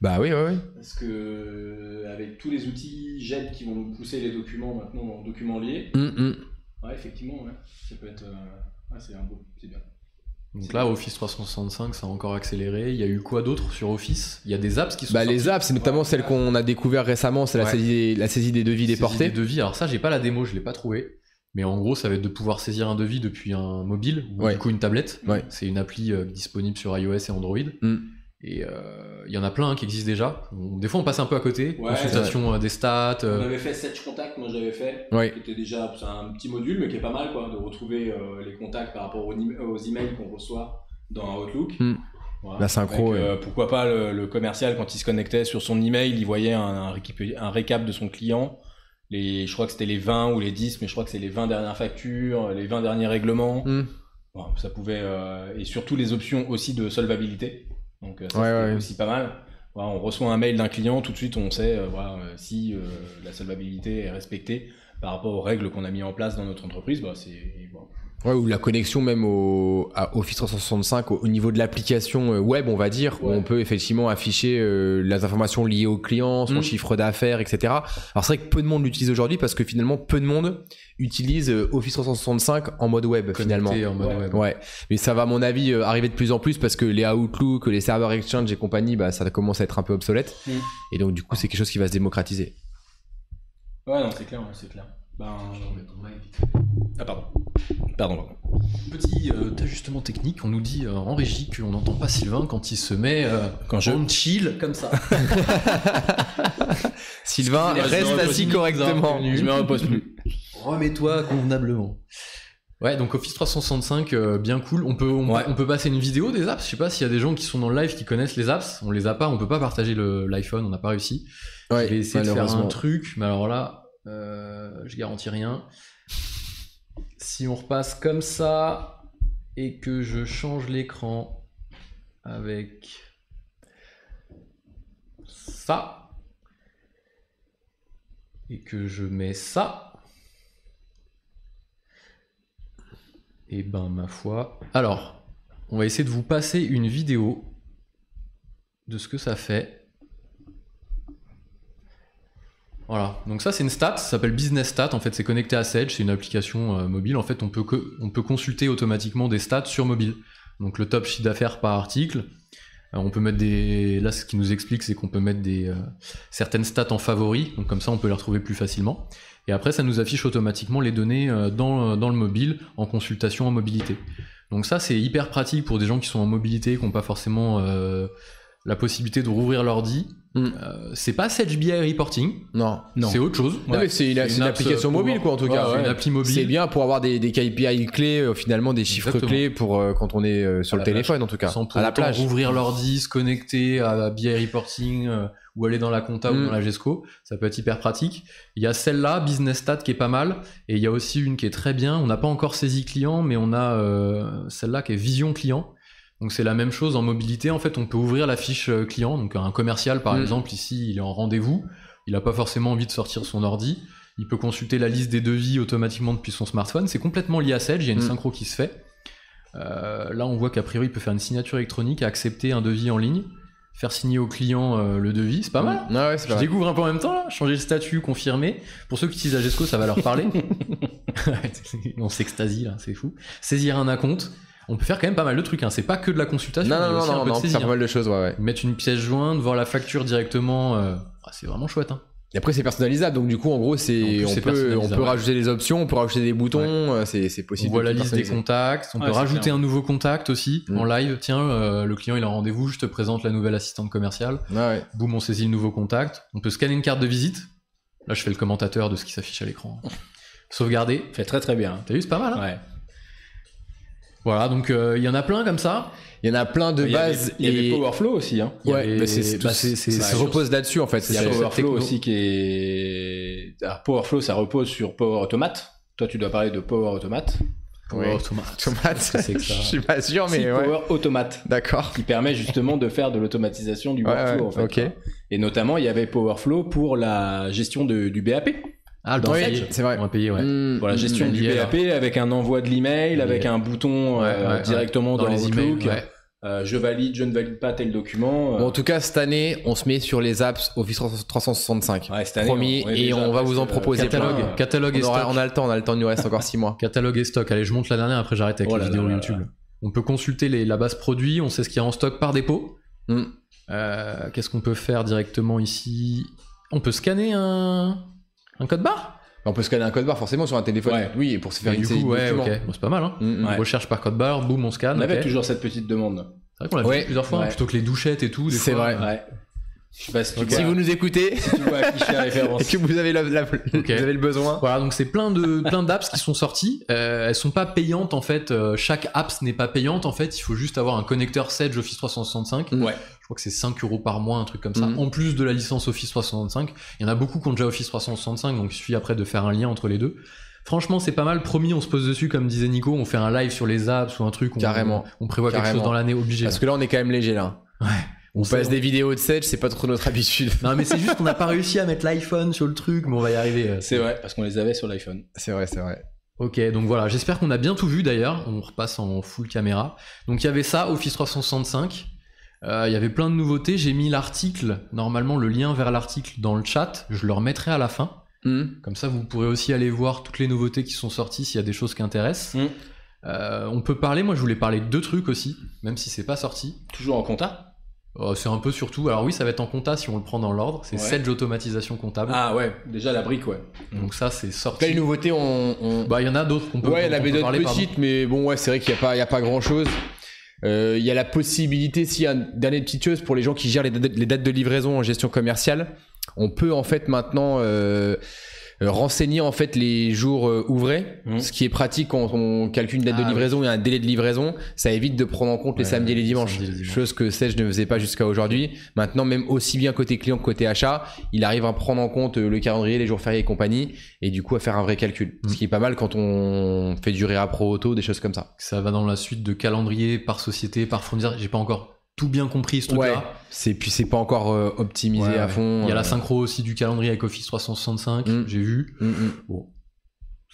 B: Bah oui, oui, oui.
C: Parce que euh, avec tous les outils JED qui vont nous pousser les documents maintenant en documents liés,
B: Mm, mm.
C: ouais, effectivement, ouais, ça peut être. euh, ah, c'est un beau, c'est bien.
A: Donc là, Office 365, ça a encore accéléré. Il y a eu quoi d'autre sur Office Il y a des apps qui sont
B: Bah
A: sorties.
B: les apps, c'est notamment
C: Ouais.
B: celle qu'on a découvert récemment, c'est la,
A: Ouais.
B: saisie, la saisie des devis
A: Saisie
B: déportés.
A: des devis. Alors ça, j'ai pas la démo, je l'ai pas trouvé. Mais en gros, ça va être de pouvoir saisir un devis depuis un mobile ou
B: Ouais.
A: du coup une tablette.
B: Ouais.
A: C'est une appli euh, disponible sur iOS et Android.
B: Mm.
A: Et euh, il y en a plein qui existent déjà. On- des fois, on passe un peu à côté.
C: Ouais,
A: Consultation euh, des stats.
C: On
A: euh,
C: avait fait Search Contact, moi j'avais fait,
B: Ouais.
C: qui était déjà c'est un petit module, mais qui est pas mal quoi, de retrouver euh, les contacts par rapport aux, ni- aux emails qu'on reçoit dans Outlook.
B: Hmm.
C: Voilà.
B: La synchro,
C: Avec, euh, Pourquoi pas le, le commercial, quand il se connectait sur son email, il voyait un, un récap, un récap de son client. Les, je crois que c'était les 20 ou les 10, mais je crois que c'est les 20 dernières factures, les 20 derniers règlements.
B: Mm.
C: Bon, ça pouvait euh, et surtout les options aussi de solvabilité. Donc euh, ça
B: Ouais,
C: c'était
B: ouais.
C: aussi pas mal. Voilà, on reçoit un mail d'un client, tout de suite on sait euh, voilà, euh, si euh, la solvabilité est respectée par rapport aux règles qu'on a mis en place dans notre entreprise. Bah, c'est et voilà.
B: Ouais, ou la connexion même au, à Office 365 au, au niveau de l'application euh, web, on va dire, où
C: Ouais.
B: on peut effectivement afficher euh, les informations liées au client, son
A: Mm.
B: chiffre d'affaires, etc. Alors c'est vrai que peu de monde l'utilise aujourd'hui parce que finalement peu de monde utilise euh, Office 365 en mode web finalement.
A: connecté en mode
C: Ouais.
A: web.
B: Ouais, mais ça va à mon avis euh, arriver de plus en plus parce que les Outlook, les serveurs Exchange et compagnie, bah, ça commence à être un peu obsolète.
C: Mm.
B: Et donc du coup c'est quelque chose qui va se démocratiser.
C: Ouais, non, c'est clair, ouais, c'est clair. Ben, Ah, pardon. Pardon, pardon.
A: Petit euh, ajustement technique, on nous dit euh, en régie qu'on n'entend pas Sylvain quand il se met euh,
C: Quand je.
A: on chill comme ça.
C: Ah,
B: Sylvain,
C: bah,
A: Il est
B: reste
A: revenu,
B: assis
A: il nous a
B: correctement.
A: reconnu.
C: Je me repose plus.
A: Remets-toi convenablement. Ouais, donc Office 365, euh, bien cool. On peut, on,
C: Ouais.
A: on peut passer une vidéo des apps. Je sais pas s'il y a des gens qui sont dans le live qui connaissent les apps. On les a pas, on peut pas partager le- l'iPhone, on n'a pas réussi.
B: Ouais,
A: je vais essayer de faire un
B: malheureusement.
A: truc, mais alors là, euh, je garantis rien. Si on repasse comme ça et que je change l'écran avec ça et que je mets ça. Et ben ma foi. Alors, on va essayer de vous passer une vidéo de ce que ça fait. Voilà, donc ça c'est une stat, ça s'appelle Business Stat, en fait c'est connecté à Sage, c'est une application euh, mobile, en fait on peut, que- on peut consulter automatiquement des stats sur mobile. Donc le top chiffre d'affaires par article, Euh, on peut mettre des. Là, ce qui nous explique, c'est qu'on peut mettre des euh, certaines stats en favori. Donc comme ça, on peut les retrouver plus facilement. Et après, ça nous affiche automatiquement les données euh, dans, dans le mobile en consultation en mobilité. Donc ça, c'est hyper pratique pour des gens qui sont en mobilité, qui n'ont pas forcément euh, la possibilité de rouvrir l'ordi.
B: Mm.
A: Euh, c'est pas Sedge BI Reporting,
B: Non.
C: Non.
A: c'est autre chose.
B: Non, mais c'est une,
A: C'est
B: c'est
A: une
B: une
A: app,
B: application
A: euh, pour-
B: mobile, quoi, en tout
A: Ouais,
B: cas.
A: c'est une appli mobile.
B: C'est bien pour avoir des, des KPI clés, euh, finalement, des chiffres
A: Exactement.
B: clés pour euh, quand on est euh, sur
A: À
B: le
A: la plage.
B: téléphone, en tout cas.
A: Sans pour
B: À la
A: autant
B: plage.
A: rouvrir l'ordi, se connecter à BI Reporting euh, ou aller dans la compta ou
B: Mm.
A: dans la GESCO. Ça peut être hyper pratique. Il y a celle-là, Business Stat, qui est pas mal. Et il y a aussi une qui est très bien. On n'a pas encore saisi client, mais on a euh, celle-là qui est Vision Client. Donc c'est la même chose en mobilité. En fait, on peut ouvrir la fiche euh, client. Donc un commercial, par
B: Mm.
A: exemple, ici, il est en rendez-vous. Il n'a pas forcément envie de sortir son ordi. Il peut consulter la liste des devis automatiquement depuis son smartphone. C'est complètement lié à Sage. Il y a une
B: Mm.
A: synchro qui se fait. Euh, là, on voit qu'a priori, il peut faire une signature électronique, accepter un devis en ligne, faire signer au client euh, le devis. C'est pas mal.
B: Ouais, ouais, Mm. c'est
A: Je
B: pas mal.
A: découvre un peu en même temps, là. changer le statut, confirmer. Pour ceux qui utilisent Agesco, ça va leur parler. on s'extasie là, c'est fou. Saisir un acompte. On peut faire quand même pas mal de trucs. Hein. C'est pas que de la consultation,
B: Non,
A: mais
B: non, non,
A: aussi un
B: non,
A: peu
B: non,
A: de
B: c'est
A: saisir.
B: pas mal de choses, ouais, ouais.
A: Mettre une pièce jointe, voir la facture directement. euh, ah, c'est vraiment chouette. Hein.
B: Et après, c'est personnalisable, donc du coup, en gros,
A: En
B: c'est,
A: plus,
B: on
A: c'est
B: peut, on
A: personnalisable,
B: peut
A: ouais.
B: rajouter des options, on peut rajouter des boutons, euh, c'est, c'est possible.
A: On voit
B: de
A: la
B: tout
A: liste des
B: personnaliser.
A: contacts. On
C: Ouais,
A: peut
C: c'est
A: rajouter
C: clair.
A: un nouveau contact aussi
B: Mm.
A: en live. Tiens, euh, le client il a rendez-vous, je te présente la nouvelle assistante commerciale.
B: Ouais, ouais.
A: Boum, on saisit le nouveau contact. On peut scanner une carte de visite. Là, je fais le commentateur de ce qui s'affiche à l'écran. Sauvegarder.
C: Fait très très bien.
A: T'as vu, c'est pas mal. hein
C: Ouais.
A: Voilà, donc euh, il y en a plein comme ça.
B: Il y en a plein de
C: Il y avait-
B: bases
C: il y avait
B: et.
C: Powerflow aussi. Hein.
A: Il y
B: Ouais,
A: avait-
B: bah, c'est, c'est,
A: bah, c'est- c'est-
B: ça
A: c'est-
B: se repose là-dessus, en fait.
C: Il y a
B: C'est-
A: Power-
C: Powerflow
A: techno.
C: aussi qui est. Alors, Powerflow, ça repose sur Power Automate. Toi, tu dois parler de Power Automate.
B: Ouais.
A: Oh, Thomas.
B: Tomate,
A: que c'est que ça
B: je suis pas sûr, Ah, mais
C: Si,
B: ouais.
C: Power Automate,
B: D'accord.
C: qui permet justement de faire de l'automatisation du
B: Ouais,
C: workflow.
B: ouais,
C: en fait,
B: ok.
C: hein. Et notamment, il y avait Powerflow pour la gestion de- du BAP.
A: Ah, le
B: Oui,
A: Sage.
B: c'est vrai.
A: On va payer, ouais.
B: Mm,
C: Pour la
B: mm,
C: gestion
A: mm,
C: du
A: l'IA.
C: BAP avec un envoi de l'email,
A: L'IA.
C: avec un bouton
A: Ouais,
C: euh,
A: ouais, ouais.
C: directement dans, les
A: emails,
C: Outlook.
A: ouais.
C: Euh, je valide, je ne valide pas tel document. euh.
B: Bon, en tout cas, cette année, on se met sur les apps Office 365.
C: Ouais, cette année,
B: promis,
C: est
B: et
C: déjà
B: on va vous en
C: presque, euh,
B: proposer
A: Catalogue,
B: plein.
A: catalogue
B: On,
A: et
B: aura-
A: stock.
B: on a le temps, on a le temps, il nous reste encore 6 mois.
A: Catalogue et stock. Allez, je monte la dernière, après j'arrête avec
C: Oh
A: les
C: là
A: vidéos
C: là là
A: YouTube. On peut consulter les- la base produit, on sait ce qu'il y a en stock par dépôt.
B: Mm.
A: Euh, Qu'est-ce qu'on peut faire directement ici On peut scanner un, un code barre
B: On peut scanner un code barre forcément sur un téléphone.
C: Ouais.
B: Oui, pour se faire
A: Et
B: une
A: Du
B: saisie
A: coup,
B: de
A: ouais,
B: documents.
A: ok. Bon, c'est pas mal, hein
B: Mm, mm.
C: Ouais.
A: Recherche par code barre, boum, on scanne.
C: On avait
A: ok.
C: toujours cette petite demande.
A: C'est vrai qu'on l'a
B: Ouais.
A: vu plusieurs fois, hein,
C: Ouais.
A: plutôt que les douchettes et tout. des
B: C'est
A: fois.
B: vrai.
C: Ouais. Je sais pas si tu,
A: Ok.
C: vois,
B: Si vous nous écoutez
C: si tu vois afficher la référence.
B: et que vous avez, la- la- vous avez le besoin.
A: Voilà, donc c'est plein de plein d'apps qui sont sorties. Euh, elles sont pas payantes en fait. Euh, chaque app n'est pas payante en fait. Il faut juste avoir un connecteur Sage Office 365.
B: Mm.
C: Ouais.
A: Je crois que c'est 5 euros par mois, un truc comme ça.
B: Mm.
A: En plus de la licence Office 365, il y en a beaucoup qui ont déjà Office 365, donc il suffit après de faire un lien entre les deux. Franchement, c'est pas mal. Promis, on se pose dessus, comme disait Nico. On fait un live sur les apps ou un truc. On,
B: Carrément.
A: On prévoit quelque
B: Carrément.
A: chose dans l'année obligé.
B: Parce que là, on est quand même léger là.
A: On
B: On passe
A: sait-
B: des vidéos de Sedge, c'est pas trop notre habitude.
A: Non, mais c'est juste qu'on n'a pas réussi à mettre l'iPhone sur le truc, mais on va y arriver. euh,
C: C'est vrai, parce qu'on les avait sur l'iPhone.
B: C'est vrai, c'est vrai.
A: Ok, donc voilà, j'espère qu'on a bien tout vu d'ailleurs. On repasse en full caméra. Donc il y avait ça, Office 365. Euh, Il y avait plein de nouveautés. J'ai mis l'article, normalement le lien vers l'article dans le chat. Je le remettrai à la fin. Comme ça, vous pourrez aussi aller voir toutes les nouveautés qui sont sorties s'il y a des choses qui intéressent.
C: Mm.
A: Euh, on peut parler, moi je voulais parler de deux trucs aussi, même si c'est pas sorti.
C: Toujours en compta
A: Euh, c'est un peu surtout, alors oui, ça va être en compta si on le prend dans l'ordre. C'est
C: Ouais.
A: Sage Automatisation Comptable.
C: Ah ouais, déjà la brique, ouais.
A: Donc ça, c'est
B: Après, les
A: sorti.
B: nouveautés, on. on-
A: Bah, il y en a d'autres qu'on peut,
B: ouais, il y en
A: dont on
B: avait
A: peut
B: d'autres
A: parler, pardon.
B: petites, mais bon, ouais, c'est vrai qu'il n'y a pas, il y a pas grand chose. Il y a la possibilité, s'il y a une dernière petite chose pour les gens qui gèrent les, dates- les dates de livraison en gestion commerciale, on peut en fait maintenant euh, euh, renseigner en fait les jours euh, ouvrés,
C: Mhm.
B: ce qui est pratique quand on calcule une date
A: Hmm. Ah,
B: de
A: oui.
B: livraison et un délai de livraison, ça évite de prendre en compte les
A: Ouais,
B: samedis et les
A: les
B: dimanches,
A: samedis et les dimanches.
B: chose que Sage ne faisait pas jusqu'à aujourd'hui. Maintenant, même aussi bien côté client que côté achat, il arrive à prendre en compte euh, le calendrier, les jours fériés et compagnie, et du coup à faire un vrai calcul,
A: Mhm.
B: ce qui est pas mal quand on fait du réa pro auto, des choses comme ça.
A: Ça va dans la suite de calendrier par société, par fournisseur. J'ai pas encore tout bien compris ce truc-là.
B: c'est puis c'est pas encore euh, optimisé
A: Ouais,
B: à
A: ouais.
B: fond.
A: Il y a
B: euh,
A: la synchro aussi du calendrier avec Office 365,
B: Mm.
A: j'ai vu.
B: mm, mm.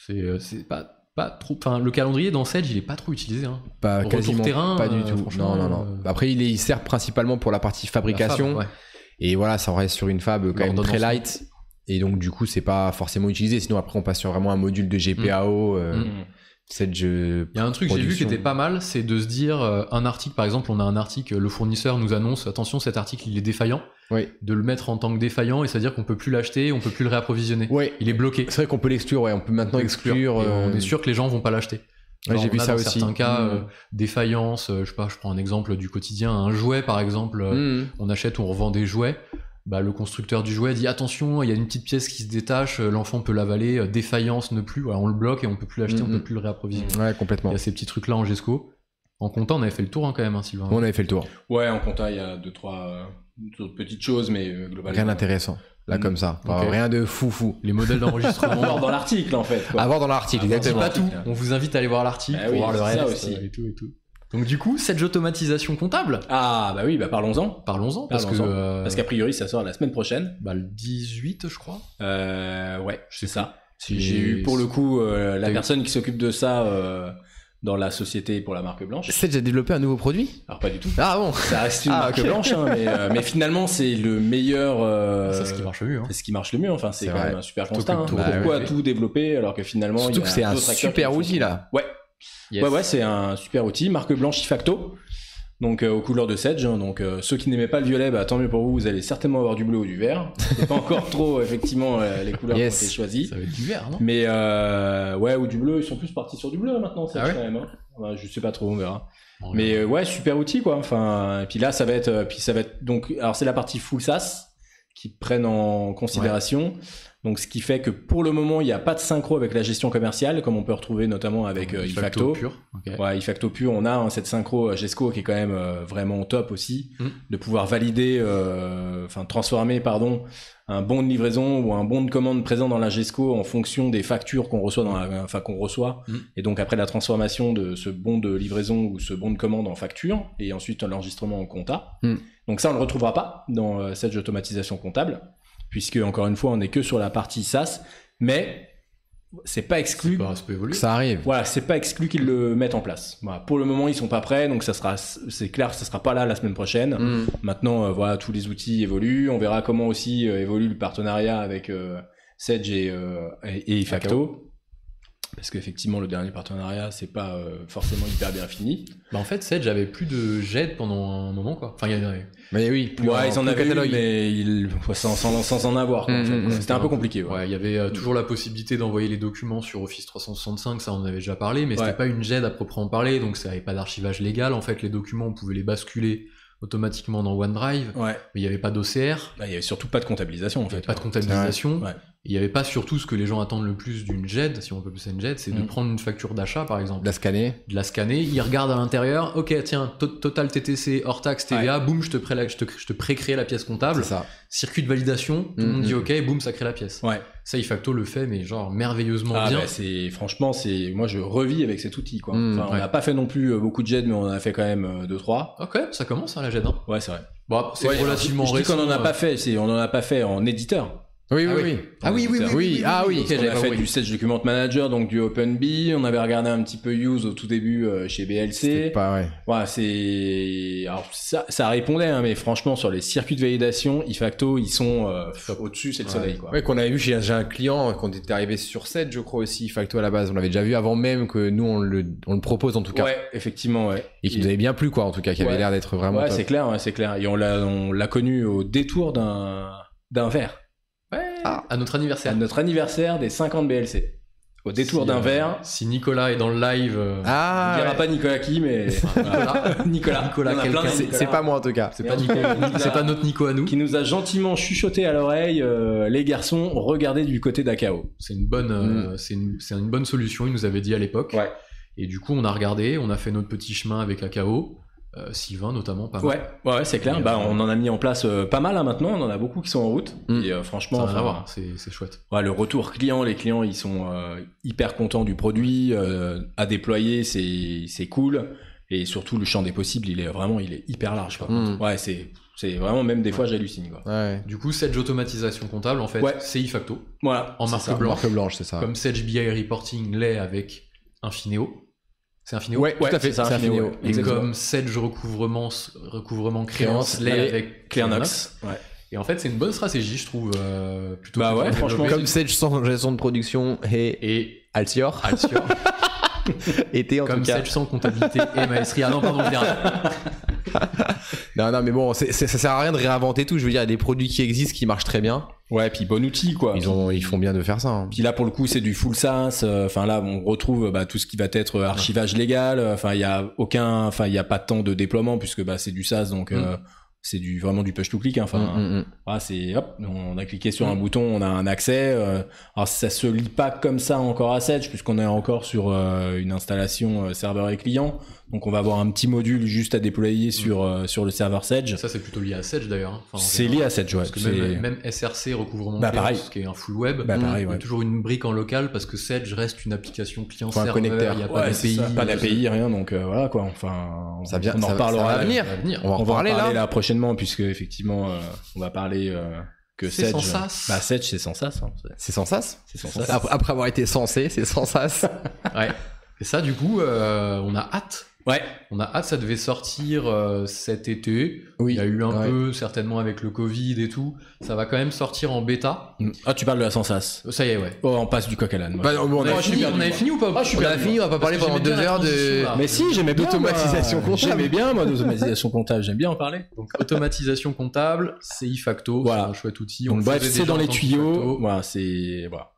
A: C'est euh, c'est pas, pas trop. Enfin, le calendrier dans Sage, il est pas trop utilisé. hein.
B: Pas
A: Retour
B: quasiment
A: terrain,
B: pas du
A: euh,
B: tout.
A: franchement,
B: Non, non, non.
A: euh,
B: Après, il, est, il sert principalement pour la partie
A: La fab,
B: fabrication.
A: ouais.
B: Et voilà, ça reste sur une fab quand même
A: L'ordonnancement.
B: très light. Et donc, du coup, c'est pas forcément utilisé. Sinon, après, on passe sur vraiment un module de GPAO. euh,
A: Mm.
B: Cette jeu.
A: Il y a un truc que j'ai vu qui
B: Production.
A: était pas mal, c'est de se dire euh, un article, par exemple, on a un article, le fournisseur nous annonce, attention, cet article il est défaillant,
B: Oui.
A: de le mettre en tant que défaillant et ça veut dire qu'on peut plus l'acheter, on peut plus le réapprovisionner.
B: Ouais.
A: Il est bloqué.
B: C'est vrai qu'on peut l'exclure, ouais. On peut maintenant exclure.
A: Et
B: euh,
A: On est sûr que les gens vont pas l'acheter.
B: Ouais,
A: Genre,
B: j'ai
A: on
B: vu
A: a
B: ça
A: dans
B: aussi.
A: certains cas,
B: Mm.
A: euh, défaillance, euh, je sais pas, je prends un exemple du quotidien, un jouet par exemple, euh,
B: Mm.
A: on achète ou on revend des jouets, bah, le constructeur du jouet dit attention, il y a une petite pièce qui se détache, euh, l'enfant peut l'avaler, euh, défaillance ne plus, alors on le bloque et on peut plus l'acheter, on
B: Mhm.
A: peut plus le réapprovisionner.
B: Ouais,
A: Il
B: complètement.
A: y a ces petits trucs là en GESCO. En comptant, on avait fait le tour hein, quand même, hein, Sylvain.
B: Bon, on avait fait le tour.
C: Ouais, en compta, il y a deux, trois euh, autres petites choses, mais euh, globalement.
B: Rien d'intéressant. Là,
C: Mm.
B: comme ça. Enfin,
A: Ok.
B: Rien de fou fou. Ah,
A: Les modèles
C: À voir
A: d'enregistrement.
C: dans l'article, en fait. quoi.
B: À voir dans l'article,
C: À voir
A: C'est
B: exactement.
A: pas tout. On vous invite à aller voir l'article
C: Bah
A: pour
C: oui,
A: voir le
C: c'est
A: reste
C: ça aussi.
A: euh, et tout et tout. Donc du coup, cette automatisation comptable,
C: Ah, bah oui, bah parlons-en.
A: parlons-en parce que
C: Parlons-en.
A: euh,
C: Parce qu'a priori, ça sort la semaine prochaine.
A: bah, le 18, je crois.
C: Euh, ouais, c'est ça.
A: Et-
C: J'ai eu pour le coup euh,
A: T'as
C: la
A: eu-
C: personne qui s'occupe de ça euh, dans la société pour la marque blanche.
B: C'est déjà développé un nouveau produit
C: Alors pas du tout.
B: Ah bon
C: Ça reste une
B: Ah,
C: marque
B: ok.
C: blanche, hein, mais, euh, mais finalement c'est le meilleur. euh,
A: Ça, c'est ce qui marche le mieux. hein.
C: c'est ce qui marche le mieux. Enfin, c'est
B: C'est
C: quand
B: vrai.
C: même un super
A: Surtout
C: constat.
A: que
C: hein.
A: tout
B: Bah,
C: Pourquoi
A: ouais.
C: tout développer alors que finalement il y
B: Surtout
C: a
B: que c'est un
C: d'autres acteurs qui le
B: super
C: font.
B: outil là.
C: Ouais,
A: Yes.
C: ouais, ouais, c'est un super outil. Marque blanche Ifacto. Donc euh, aux couleurs de Sedge. hein. donc euh, ceux qui n'aimaient pas le violet, bah, tant mieux pour vous. Vous allez certainement avoir du bleu ou du vert. C'est pas encore trop effectivement euh, les couleurs
B: Yes.
C: qui ont été choisies.
A: Ça va être du vert, non
C: Mais euh, ouais, ou du bleu, ils sont plus partis sur du bleu maintenant, c'est
A: Ah ouais
C: quand même. hein. Ouais, je sais pas trop, on verra.
A: Bon,
C: Mais euh, ouais, super outil quoi. Enfin, et puis là, ça va être, euh, puis ça va être donc, alors c'est la partie full SaaS qui prennent en considération. Donc ce qui fait que pour le moment, il n'y a pas de synchro avec la gestion commerciale, comme on peut retrouver notamment avec euh,
A: Ifacto
C: Ifacto.
A: pur. ok.
C: Ouais, Ifacto pur, on a hein, cette synchro euh, GESCO qui est quand même euh, vraiment top aussi,
A: Mm.
C: de pouvoir valider, euh, enfin transformer, pardon, un bon de livraison ou un bon de commande présent dans la GESCO en fonction des factures qu'on reçoit, dans la- enfin qu'on reçoit,
A: Mm.
C: et donc après la transformation de ce bon de livraison ou ce bon de commande en facture, et ensuite l'enregistrement en compta.
B: Mm.
C: Donc ça, on le retrouvera pas dans euh, cette automatisation comptable, puisque encore une fois, on n'est que sur la partie SaaS, mais c'est pas exclu
A: Bah, ça peut évoluer.
B: Ça arrive.
C: voilà, c'est pas exclu qu'ils le mettent en place. Voilà, pour le moment, ils sont pas prêts, donc ça sera, c'est clair, ça sera pas là la semaine prochaine.
B: Mm.
C: Maintenant, euh, voilà, tous les outils évoluent. On verra comment aussi euh, évolue le partenariat avec euh, Sedge et, euh, et, et Ifacto. Parce qu'effectivement, le dernier partenariat, c'est pas euh, forcément hyper bien fini.
A: Bah, en fait, Sedge j'avais plus de jet pendant un moment, quoi. Enfin, il y avait.
B: Mais oui, plus
C: ouais, ils en
B: plus
C: avaient eu,
B: catalogue.
C: mais ils, ouais, sans, sans, sans en avoir. quoi, en
B: Mm,
C: fait,
B: mm,
C: quoi.
B: mm.
C: C'était un peu compliqué. ouais.
A: Ouais, il y avait euh, toujours la possibilité d'envoyer les documents sur Office 365, ça on en avait déjà parlé, mais
C: Ouais.
A: c'était pas une GED à proprement parler, donc ça avait pas d'archivage légal. En fait, les documents, on pouvait les basculer automatiquement dans OneDrive,
C: Ouais.
A: mais il n'y avait pas d'OCR,
C: Bah, il y avait surtout pas de comptabilisation
A: il
C: en
A: n'y
C: fait.
A: avait pas de
C: quoi.
A: comptabilisation,
C: Ouais.
A: il n'y avait pas surtout ce que les gens attendent le plus d'une GED, si on peut appeler ça une GED, c'est de
C: Mm.
A: prendre une facture d'achat par exemple,
B: De La scanner.
A: de la scanner, ils regardent à l'intérieur, ok, tiens, to- total TTC, hors taxe, TVA, boum, je te, pré je te, je te pré-crée la pièce comptable,
B: C'est ça.
A: circuit de validation, tout le
B: Mm,
A: monde dit
B: mm.
A: ok,
C: Mm-hmm.
A: et boum, ça crée la pièce.
C: Ouais.
A: Ça, Ifacto le fait, mais genre merveilleusement
C: Ah,
A: bien. Hmm,
C: bah, c'est franchement c'est moi je revis avec cet outil quoi.
B: Mm,
C: Enfin, on
A: ouais.
C: n'a pas fait non plus euh, beaucoup de jets mais on en a fait quand même euh, deux trois.
A: Ok, ça commence hein, la GED. hein.
C: Ouais c'est vrai.
A: Bon, c'est
C: Ouais,
A: relativement
C: je dis
A: récent.
C: qu'on en a
A: euh,
C: pas fait c'est on en a pas fait en éditeur.
B: Oui,
A: Ah
B: oui,
A: oui.
B: oui.
A: Ah oui, oui, oui,
B: Oui, ah oui.
A: Ok,
C: on
A: j'avais
C: a
A: pas
C: fait
A: compris.
C: du Sage Document Manager donc du OpenBee. On avait regardé un petit peu Use au tout début euh, chez
B: C'est
C: BLC.
B: pas ouais.
C: Ouais c'est alors ça ça répondait hein, mais franchement sur les circuits de validation Ifacto ils sont euh, au-dessus c'est le soleil quoi.
B: Ouais, qu'on avait vu chez chez un client, euh, quand on était arrivé sur 7, je crois aussi, Facto à la base. On l'avait déjà vu avant même que nous, on le, on le propose en tout cas.
C: Ouais, effectivement, ouais.
B: Et qui nous avait bien plu, quoi, en tout cas, qui avait
C: Ouais.
B: l'air d'être vraiment.
C: Ouais,
B: top.
C: c'est clair, ouais, c'est clair. Et on l'a, on l'a connu au détour d'un, d'un verre.
A: euh, À notre
C: À
A: anniversaire.
C: notre anniversaire des 50 BLC. Au détour
A: Si,
C: d'un
A: euh,
C: verre.
A: Si Nicolas est dans le live, euh,
C: on
B: Ah,
C: dira
B: ouais.
C: pas Nicolas qui, mais
A: Nicolas.
C: Nicolas.
A: Nicolas,
C: Il y en a
A: quelqu'un.
C: plein de
B: c'est,
C: Nicolas
B: c'est pas moi en tout cas.
A: c'est pas Nico, c'est pas notre Nico à nous.
C: Qui nous a gentiment chuchoté à l'oreille, euh, les garçons, regardez du côté d'Akao.
A: C'est une bonne, euh, c'est une, c'est une bonne solution. Il nous avait dit à l'époque.
C: Mm. Ouais.
A: Et du coup, on a regardé, on a fait notre petit chemin avec AKO, euh, Sylvain notamment, pas mal.
C: Ouais, ouais, ouais, c'est clair.
A: Et,
C: Bah,
A: euh,
C: on en a mis en place euh, pas mal hein, maintenant. On en a beaucoup qui sont en route.
B: Mm.
C: Et euh,
A: Hmm. Ça
C: franchement,
A: n'a rien à
C: enfin,
A: voir, hein, c'est c'est chouette.
C: Ouais, le retour client, les clients, ils sont euh, hyper contents du produit euh, à déployer, c'est c'est cool. Et surtout, le champ des possibles, il est vraiment, il est hyper large.
A: Hmm.
C: Quoi.
B: Mm.
C: Ouais, c'est c'est vraiment même des fois j'hallucine. Quoi.
B: Ouais.
A: Du coup, Sedge automatisation comptable, en fait,
C: Ouais.
A: c'est Ifacto,
C: Voilà.
A: en
C: c'est
A: marque
C: ça.
A: blanche,
B: Marque blanche, c'est ça.
A: comme Sedge BI Reporting l'est avec Infineo. C'est Infineo.
B: Ouais,
C: Ouais,
B: tout à fait.
C: c'est ça,
B: c'est un
C: Finéo.
B: Finéo.
A: Et
C: Exactement.
A: comme Sedge recouvrement, recouvrement créance,
B: Créance,
A: l'est
B: allez,
A: avec
C: Clearnox. Ouais.
A: Et en fait, c'est une bonne stratégie, je trouve. euh, plutôt
C: Bah
A: que de
C: ouais,
A: développer.
C: franchement.
B: Comme Sage sans gestion de production et
A: Et
B: Altior.
A: Altior.
D: Été en
A: Comme
D: tout cas.
A: celle sans comptabilité et maestria. Ah non, pardon, je dérape.
B: Non, non, mais bon, c'est- c'est- ça sert à rien de réinventer tout. Je veux dire, il y a des produits qui existent, qui marchent très bien.
C: Ouais, puis bon outil, quoi.
B: Ils, ont, ils font bien de faire ça. hein.
C: Puis là, pour le coup, c'est du full SaaS. euh, Enfin là, on retrouve bah, tout ce qui va être archivage légal. euh, Enfin, il y a aucun, enfin, il y a pas tant de déploiement puisque bah, c'est du SaaS, donc euh, c'est du vraiment du push to click. hein. Enfin,
B: Mm, mm, mm.
C: voilà, c'est hop, on a cliqué sur un bouton, on a un accès. euh, alors ça se lit pas comme ça encore à Sedge puisqu'on est encore sur euh, une installation euh, serveur et client. Donc on va avoir un petit module juste à déployer sur euh, sur le serveur Sedge.
A: Ça, c'est plutôt lié à Sedge d'ailleurs. hein. Enfin, en
C: C'est
A: général.
C: lié à Sedge, ouais.
A: Parce que
C: C'est-
A: même, même SRC, recouvrement
C: Bah,
A: de clés,
C: pareil.
A: ce qui est un full web,
C: Bah,
A: il
C: pareil,
A: y
C: ouais.
A: a toujours une brique en local parce que Sedge reste une application
B: Faut un
A: client-serveur, il n'y
B: connecteur.
A: a pas
C: Ouais, c'est
A: d'API.
C: ça, pas d'API, rien. Donc euh, voilà quoi. Enfin, on-
B: Ça vient-
C: on en
B: ça-
C: reparlera
B: ça va
C: à
B: venir.
A: à venir.
B: On va en
C: On va en
B: parler,
C: parler là,
B: là.
C: prochainement, puisque effectivement, euh, on va parler euh, que
A: C'est
C: Sedge.
A: sans sas.
C: Bah, Sedge, c'est sans sas. hein.
B: C'est sans sas
C: C'est sans sas.
B: Après, après avoir été censé, c'est sans sas.
A: Ouais. Et ça, du coup, euh, on a hâte.
C: Ouais.
A: On a hâte, ça devait sortir euh, cet été.
B: Oui.
A: Il y a eu un
B: Ouais.
A: peu, certainement avec le Covid et tout. Ça va quand même sortir en bêta.
C: Ah, tu parles de la sans sas.
A: Ça y est, ouais.
C: Oh, on passe du coq à l'âne. moi.
B: Bah, on,
A: On,
B: a
A: avait,
B: fini,
A: fini, on avait
C: moi.
A: fini ou pas
C: Ah, je suis
B: on a
C: perdu,
B: fini, on va pas parler
A: Parce que
B: pendant
A: j'aimais bien
B: deux
A: la
B: heures de.
A: transition, là.
C: mais si, j'aimais bien.
B: D'automatisation
C: moi.
B: comptable.
C: J'aimais bien, moi, d'automatisation comptable. J'aime bien en parler.
A: Donc, automatisation comptable, CI Facto,
C: Voilà.
A: c'est un chouette outil.
C: Donc,
A: le
C: bref,
A: faisait
C: c'est
A: déjà
C: dans
A: en
C: les
A: tant que
C: tuyaux.
A: Facto.
C: Voilà, c'est. Voilà.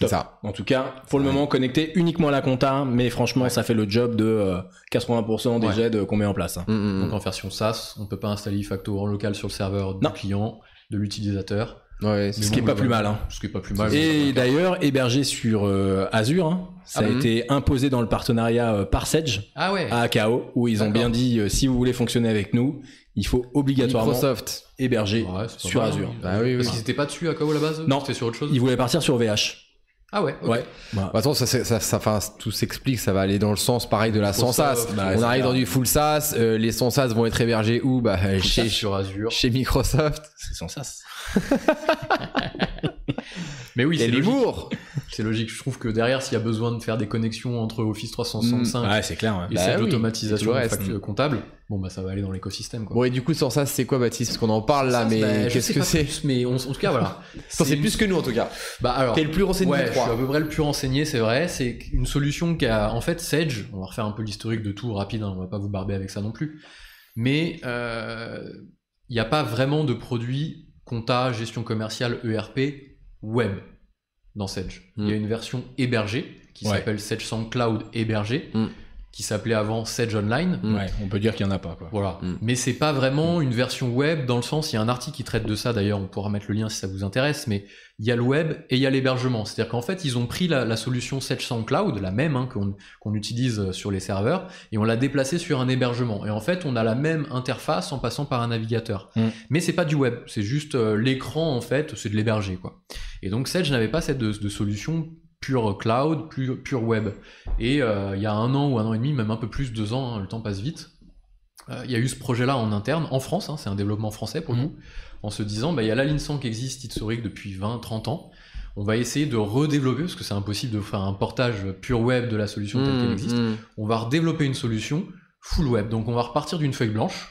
B: C'est ça.
C: En tout cas, pour le
B: Ouais.
C: moment, connecté uniquement à la compta, mais franchement, ça fait le job de euh, 80% des
A: Ouais.
C: jets qu'on met en place. hein.
B: Mm, mm,
A: Donc, en version SaaS, on ne peut pas installer Facto en local sur le serveur du
C: Non.
A: client, de l'utilisateur.
B: mm. Ouais, c'est-
A: Mais
C: Ce qui est
A: bon,
C: pas
A: le-
C: plus mal. hein.
A: Ce qui est pas plus mal.
C: Et
A: mais-
C: d'ailleurs, hébergé sur euh, Azure, hein. ça
B: Ah
C: a
B: bon
C: été imposé dans le partenariat euh, par Sedge
A: Ah hum. ouais.
C: à AKO, où ils ont
A: D'accord.
C: bien dit euh, si vous voulez fonctionner avec nous, il faut obligatoirement
B: Microsoft.
C: héberger
A: Ouais, c'est pas
C: sur
A: mal,
C: Azure.
A: hein.
B: Bah oui, oui.
A: Parce qu'ils n'étaient pas dessus à Kao à la base eux
C: Non.
A: C'était sur autre chose
C: Ils voulaient partir sur VH.
A: Ah ouais. ok.
C: Ouais.
B: De toute façon, Bah, ça, c'est- ça, ça- enfin, tout s'explique, ça va aller dans le sens pareil de la
A: Faut
B: sans
A: ça,
B: sas.
A: faut-
C: bah,
B: on
C: c'est
B: arrive
C: clair.
B: dans du full sas, euh, les sans sas vont être hébergés où Bah, euh,
A: Tout
B: chez,
A: ça sur Azure.
B: chez Microsoft.
C: C'est sans sas.
A: Mais oui,
B: Il y a
A: c'est
B: de
A: logique.
B: l'humour
A: C'est logique. Je trouve que derrière, s'il y a besoin de faire des connexions entre Office 365
C: Hum, Ouais, c'est clair. hein. ouais.
A: et
B: Bah
A: cette
B: oui, et
A: automatisation
B: tout le reste.
A: fac- comptable, bon bah ça va aller dans l'écosystème quoi.
B: Bon, et du coup, sans sas, c'est quoi, Baptiste Parce qu'on en parle là,
A: Ça,
B: mais
A: bah, je
B: qu'est-ce
A: sais
B: que
A: pas
B: c'est
A: plus, Mais on- en tout cas, voilà.
B: Attends, C'est plus que nous en tout cas.
A: Bah alors.
B: T'es le plus renseigné
A: Ouais,
B: des
A: je suis
B: trois.
A: à peu près le plus renseigné, c'est vrai. C'est une solution qui a, en fait, Sage, on va refaire un peu l'historique de tout rapide, hein, on va pas vous barber avec ça non plus. Mais euh, il n'y a pas vraiment de produit compta, gestion commerciale, ERP, web dans Sage. Il y a
B: Mm.
A: une version hébergée qui
C: Ouais.
A: s'appelle Sage SoundCloud hébergé,
B: Mm.
A: qui s'appelait avant Sage Online.
B: Mm.
C: Ouais, on peut dire qu'il n'y en a pas. Quoi.
A: Voilà.
B: Mm.
A: Mais c'est pas vraiment une version web dans le sens, il y a un article qui traite de ça d'ailleurs, on pourra mettre le lien si ça vous intéresse, mais il y a le web et il y a l'hébergement. C'est-à-dire qu'en fait, ils ont pris la, la solution Sedge Cloud, la même hein, qu'on qu'on utilise euh, sur les serveurs, et on l'a déplacée sur un hébergement. Et en fait, on a la même interface en passant par un navigateur.
C: Mm.
A: Mais c'est pas du web, c'est juste euh, l'écran en fait, c'est de l'héberger quoi. Et donc Sedge n'avait pas cette de, de solution pure cloud, pure, pure web. Et euh, il y a un an ou un an et demi, même un peu plus, deux ans, hein, le temps passe vite. euh, Il y a eu ce projet-là en interne, en France, hein, c'est un développement français pour
C: Mhm.
A: nous, en se disant, bah, il y a la ligne 100 qui existe, historique, depuis 20, 30 ans. On va essayer de redévelopper, parce que c'est impossible de faire un portage pure web de la solution
B: Mm, Mhm.
A: telle qu'elle existe. On va redévelopper une solution full web. Donc on va repartir d'une feuille blanche.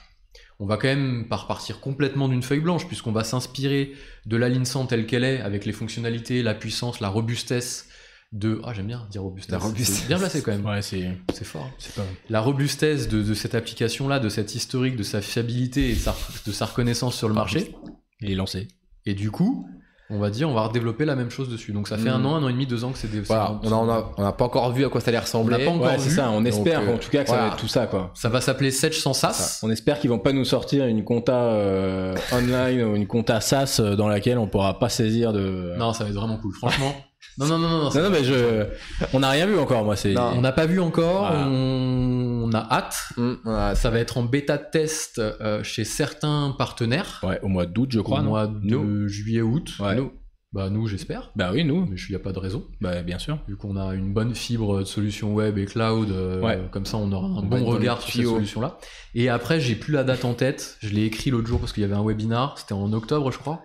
A: On va quand même pas repartir complètement d'une feuille blanche, puisqu'on va s'inspirer de la ligne 100 telle qu'elle est, avec les fonctionnalités, la puissance, la robustesse de... Ah j'aime bien dire robustesse.
B: La robustesse.
A: C'est Bien placé quand même.
C: Ouais, c'est
A: C'est fort hein.
C: c'est pas.
A: la robustesse de, de cette application-là, de cette historique, de sa fiabilité et de sa, de sa reconnaissance sur le marché.
C: Il est lancé.
A: Et du coup, on va dire, on va redévelopper la même chose dessus. Donc ça fait
B: Mm.
A: un an, un an et demi, deux ans que c'est dé-
B: Voilà,
A: c'est-
B: on a, on, a, on a pas encore vu à quoi ça allait ressembler.
A: On a pas encore
C: Ouais, c'est
A: vu.
C: ça. On espère
B: Donc, euh,
C: en tout cas que ça
B: voilà.
C: va être tout ça. quoi.
A: Ça va s'appeler Sedge sans sas.
C: On espère qu'ils vont pas nous sortir une compta euh, online ou une compta SaaS euh, dans laquelle on pourra pas saisir de.
A: Non, ça va être vraiment cool, franchement. non, non, non, Euh, non, non, ça-
C: Non, non, mais je. On n'a rien vu encore, moi. C'est.
A: On n'a pas vu encore,
C: Voilà.
A: on... on a hâte.
B: Mm, voilà,
A: Ça va être en bêta test euh, chez certains partenaires.
C: Ouais, au mois d'août, je crois.
A: au
C: non
A: mois de
C: Nous.
A: juillet-août.
C: Ouais.
B: Nous.
A: Bah nous, j'espère.
C: Bah oui, nous.
A: Mais il n'y a pas de raison.
C: Bah bien sûr.
A: vu qu'on a une bonne fibre de solutions web et cloud, euh,
C: Ouais.
A: comme ça on aura un
B: On va
A: bon
B: être dans
A: regard
B: les
A: sur ces
B: tuyaux.
A: solutions-là. Et après, j'ai plus la date en tête, je l'ai écrit l'autre jour parce qu'il y avait un webinar, c'était en octobre je crois.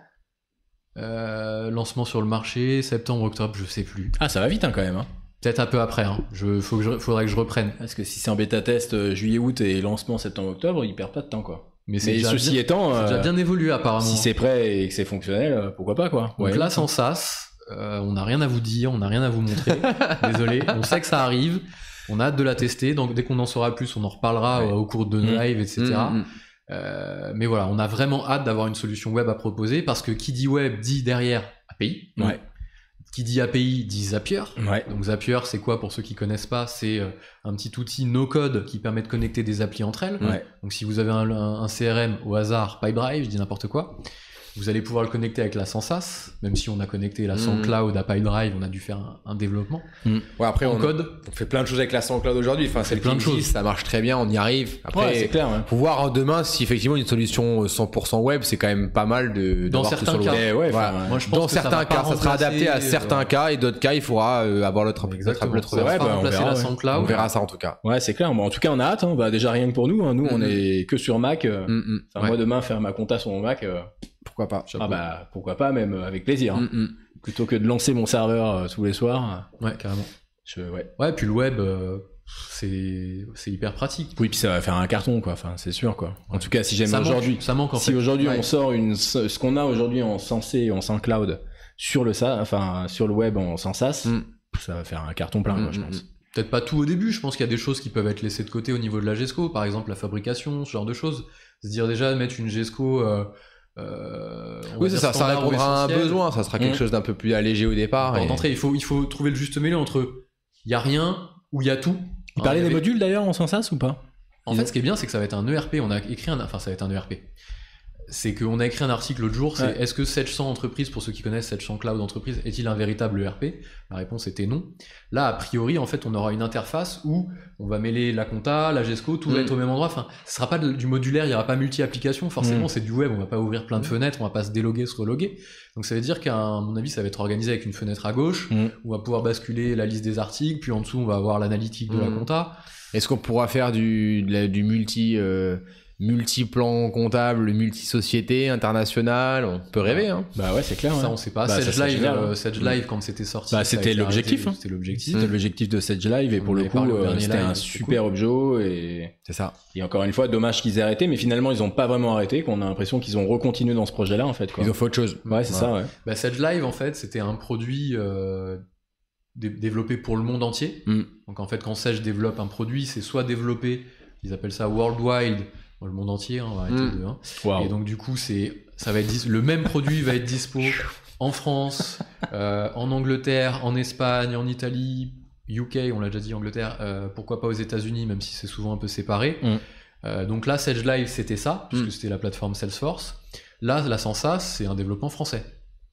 A: Euh, lancement sur le marché, septembre, octobre, je sais plus.
C: Ah, ça va vite hein, quand même. Hein.
A: Peut-être un peu après, hein. je, faut que je- faudrait que je reprenne.
C: Parce que si c'est en bêta test juillet-août et lancement septembre-octobre, ils perdent pas de temps quoi.
A: Mais c'est
C: Mais
A: déjà,
C: ceci
A: bien-
C: étant,
A: c'est déjà
C: euh,
A: bien évolué apparemment.
C: si c'est prêt et que c'est fonctionnel, euh, pourquoi pas quoi.
A: Donc
C: Ouais.
A: là, sans SAS, euh, on n'a rien à vous dire, on n'a rien à vous montrer. Désolé, on sait que ça arrive. On a hâte de la tester. Donc, dès qu'on en saura plus, on en reparlera
B: Ouais.
A: euh, au cours de
C: Mhm.
A: live, etc.
B: Mm, mm.
A: Euh, mais voilà, on a vraiment hâte d'avoir une solution web à proposer parce que qui dit web dit derrière API.
C: Ouais.
A: Qui dit API dit Zapier.
C: Ouais.
A: Donc Zapier, c'est quoi pour ceux qui connaissent pas C'est euh, un petit outil no-code qui permet de connecter des applis entre elles.
C: Ouais.
A: Donc si vous avez un, un- un CRM au hasard, PyDrive, je dis n'importe quoi, vous allez pouvoir le connecter avec la Sensas, même si on a connecté la
B: Mhm.
A: SenCloud à PyDrive, on a dû faire un, un développement
B: Ouais, après,
A: en
B: on,
A: code.
B: on fait plein de choses avec la SoundCloud aujourd'hui. Enfin, c'est
A: plein de choses.
B: Ça marche très bien, on y arrive. Après,
C: Ouais, c'est clair. hein. ouais.
B: Pour voir demain si effectivement une solution euh, 100% web, c'est quand même pas mal de
A: Dans
B: d'avoir tout
A: certains
B: sur le
A: cas.
B: web.
C: Eh ouais,
B: Voilà.
C: enfin,
A: Moi, je pense
B: Dans
A: que ça
B: certains
A: va pas
B: cas, ça sera
A: remplacer,
B: adapté à
A: euh,
B: certains cas et d'autres cas, il faudra euh, avoir l'autre notre
A: Exactement.
B: propre
A: Ça
C: Ouais,
A: va
B: solution.
A: pas
C: bah, on
A: remplacer
C: verra,
A: la
C: ouais.
A: SoundCloud.
B: on verra ça en tout cas.
C: Ouais, c'est clair. Bon, en tout cas, on a hâte. hein. Bah, déjà, rien que pour nous. hein. Nous, on
B: Mhm.
A: Mm-hmm.
C: est que sur Mac. euh,
B: Mm, mm.
C: enfin,
B: Ouais,
C: Moi, demain, faire ma compta sur mon Mac, euh,
B: pourquoi pas
A: Chapeau.
C: ah bah, pourquoi pas, même euh, avec plaisir. hein.
B: Mm, mm.
C: Plutôt que de lancer mon serveur euh, tous les soirs.
A: Ouais, carrément.
C: Je, ouais.
A: Ouais, puis le web, euh, c'est c'est hyper pratique.
C: Oui, puis ça va faire un carton, quoi. Enfin, c'est sûr, quoi. En
A: Ouais.
C: tout cas, si j'aime
A: Ça manque-
C: aujourd'hui.
A: Ça manque en
C: Si
A: fait.
C: aujourd'hui
B: Ouais.
C: on sort une, ce ce qu'on a aujourd'hui en sensé, en sans cloud sur le ça, enfin sur le web en sans sas,
B: Mm.
C: ça va faire un carton plein, moi, je
B: Mm,
C: pense.
A: Peut-être pas tout au début, je pense qu'il y a des choses qui peuvent être laissées de côté au niveau de la GESCO, par exemple la fabrication, ce genre de choses. Se dire déjà, mettre une GESCO. euh, euh, on va
B: Oui, c'est
A: dire
B: ça, ça
A: standard ou
B: répondra à un
A: essentielle.
B: besoin, ça sera quelque
C: Mm.
B: chose d'un peu plus allégé au départ.
A: Porte
B: et-
A: d'entrée, il faut, il faut trouver le juste milieu entre il y a rien ou il y a tout.
C: Il
A: Hein,
C: parlait
A: y
C: des
A: avait-
C: modules d'ailleurs en sans sas ou pas
A: En fait, ce qui est bien, c'est que ça va être un ERP. On a écrit un, enfin, ça va être un ERP. C'est qu'on a écrit un article l'autre jour. C'est
C: Ouais.
A: est-ce que 700 entreprises, pour ceux qui connaissent 700 cloud entreprises, est-il un véritable E ERP La réponse était non. Là, a priori, en fait, on aura une interface où on va mêler la compta, la GESCO, tout va
B: Mm.
A: être au même endroit. Enfin, ce sera pas de- du modulaire, il y aura pas multi-application. Forcément,
C: Mm.
A: c'est du web. On va pas ouvrir plein de
B: Mm.
A: fenêtres, on va pas se déloguer, se reloguer. Donc, ça veut dire qu'à mon avis, ça va être organisé avec une fenêtre à gauche.
C: Mm.
A: où On va pouvoir basculer la liste des articles, puis en dessous, on va avoir l'analytique de la
B: Mm.
A: compta.
B: Est-ce qu'on pourra faire du, de la- du multi, euh, multi-plan comptable, multi-société, international On peut rêver, hein
C: Bah ouais, c'est clair.
A: Ça,
C: ouais.
A: on sait pas.
C: Bah, ça,
A: Sedge
C: c'est
A: Live,
C: génial,
A: euh,
C: hein.
A: Sedge Live, quand c'était sorti.
C: Bah,
A: ça a
C: c'était
A: été arrêté,
C: l'objectif, hein.
A: C'était l'objectif.
C: C'était l'objectif de Sedge Live et
A: On
C: pour
A: en
C: le
A: avait
C: coup,
A: parlé au
C: euh,
A: dernier
C: c'était
A: live,
C: un
A: c'était
C: super objet et
B: C'est ça.
C: Et encore une fois, dommage qu'ils aient arrêté, mais finalement, ils ont pas vraiment arrêté, qu'on a l'impression qu'ils ont recontinué dans ce projet-là, en fait. Quoi.
B: Ils ont fait autre chose.
C: Ouais, c'est ça, ouais.
A: Bah, Sedge Live, en fait, c'était un produit euh, dé- développé pour le monde entier.
B: Mm.
A: Donc, en fait, quand Sedge développe un produit, c'est soit développé, ils appellent ça worldwide, bon, le monde entier, hein, on va arrêter
B: Mm.
A: de. hein.
C: Waouh.
A: Et donc, du coup, c'est, ça va être dis- le même produit va être dispo en France, euh, en Angleterre, en Espagne, en Italie, UK, on l'a déjà dit, Angleterre, euh, pourquoi pas aux États-Unis, même si c'est souvent un peu séparé.
C: Mm.
A: Euh, donc là, Sedge Live, c'était ça, puisque
B: Mm.
A: c'était la plateforme Salesforce. Là, la Sensa, c'est un développement français.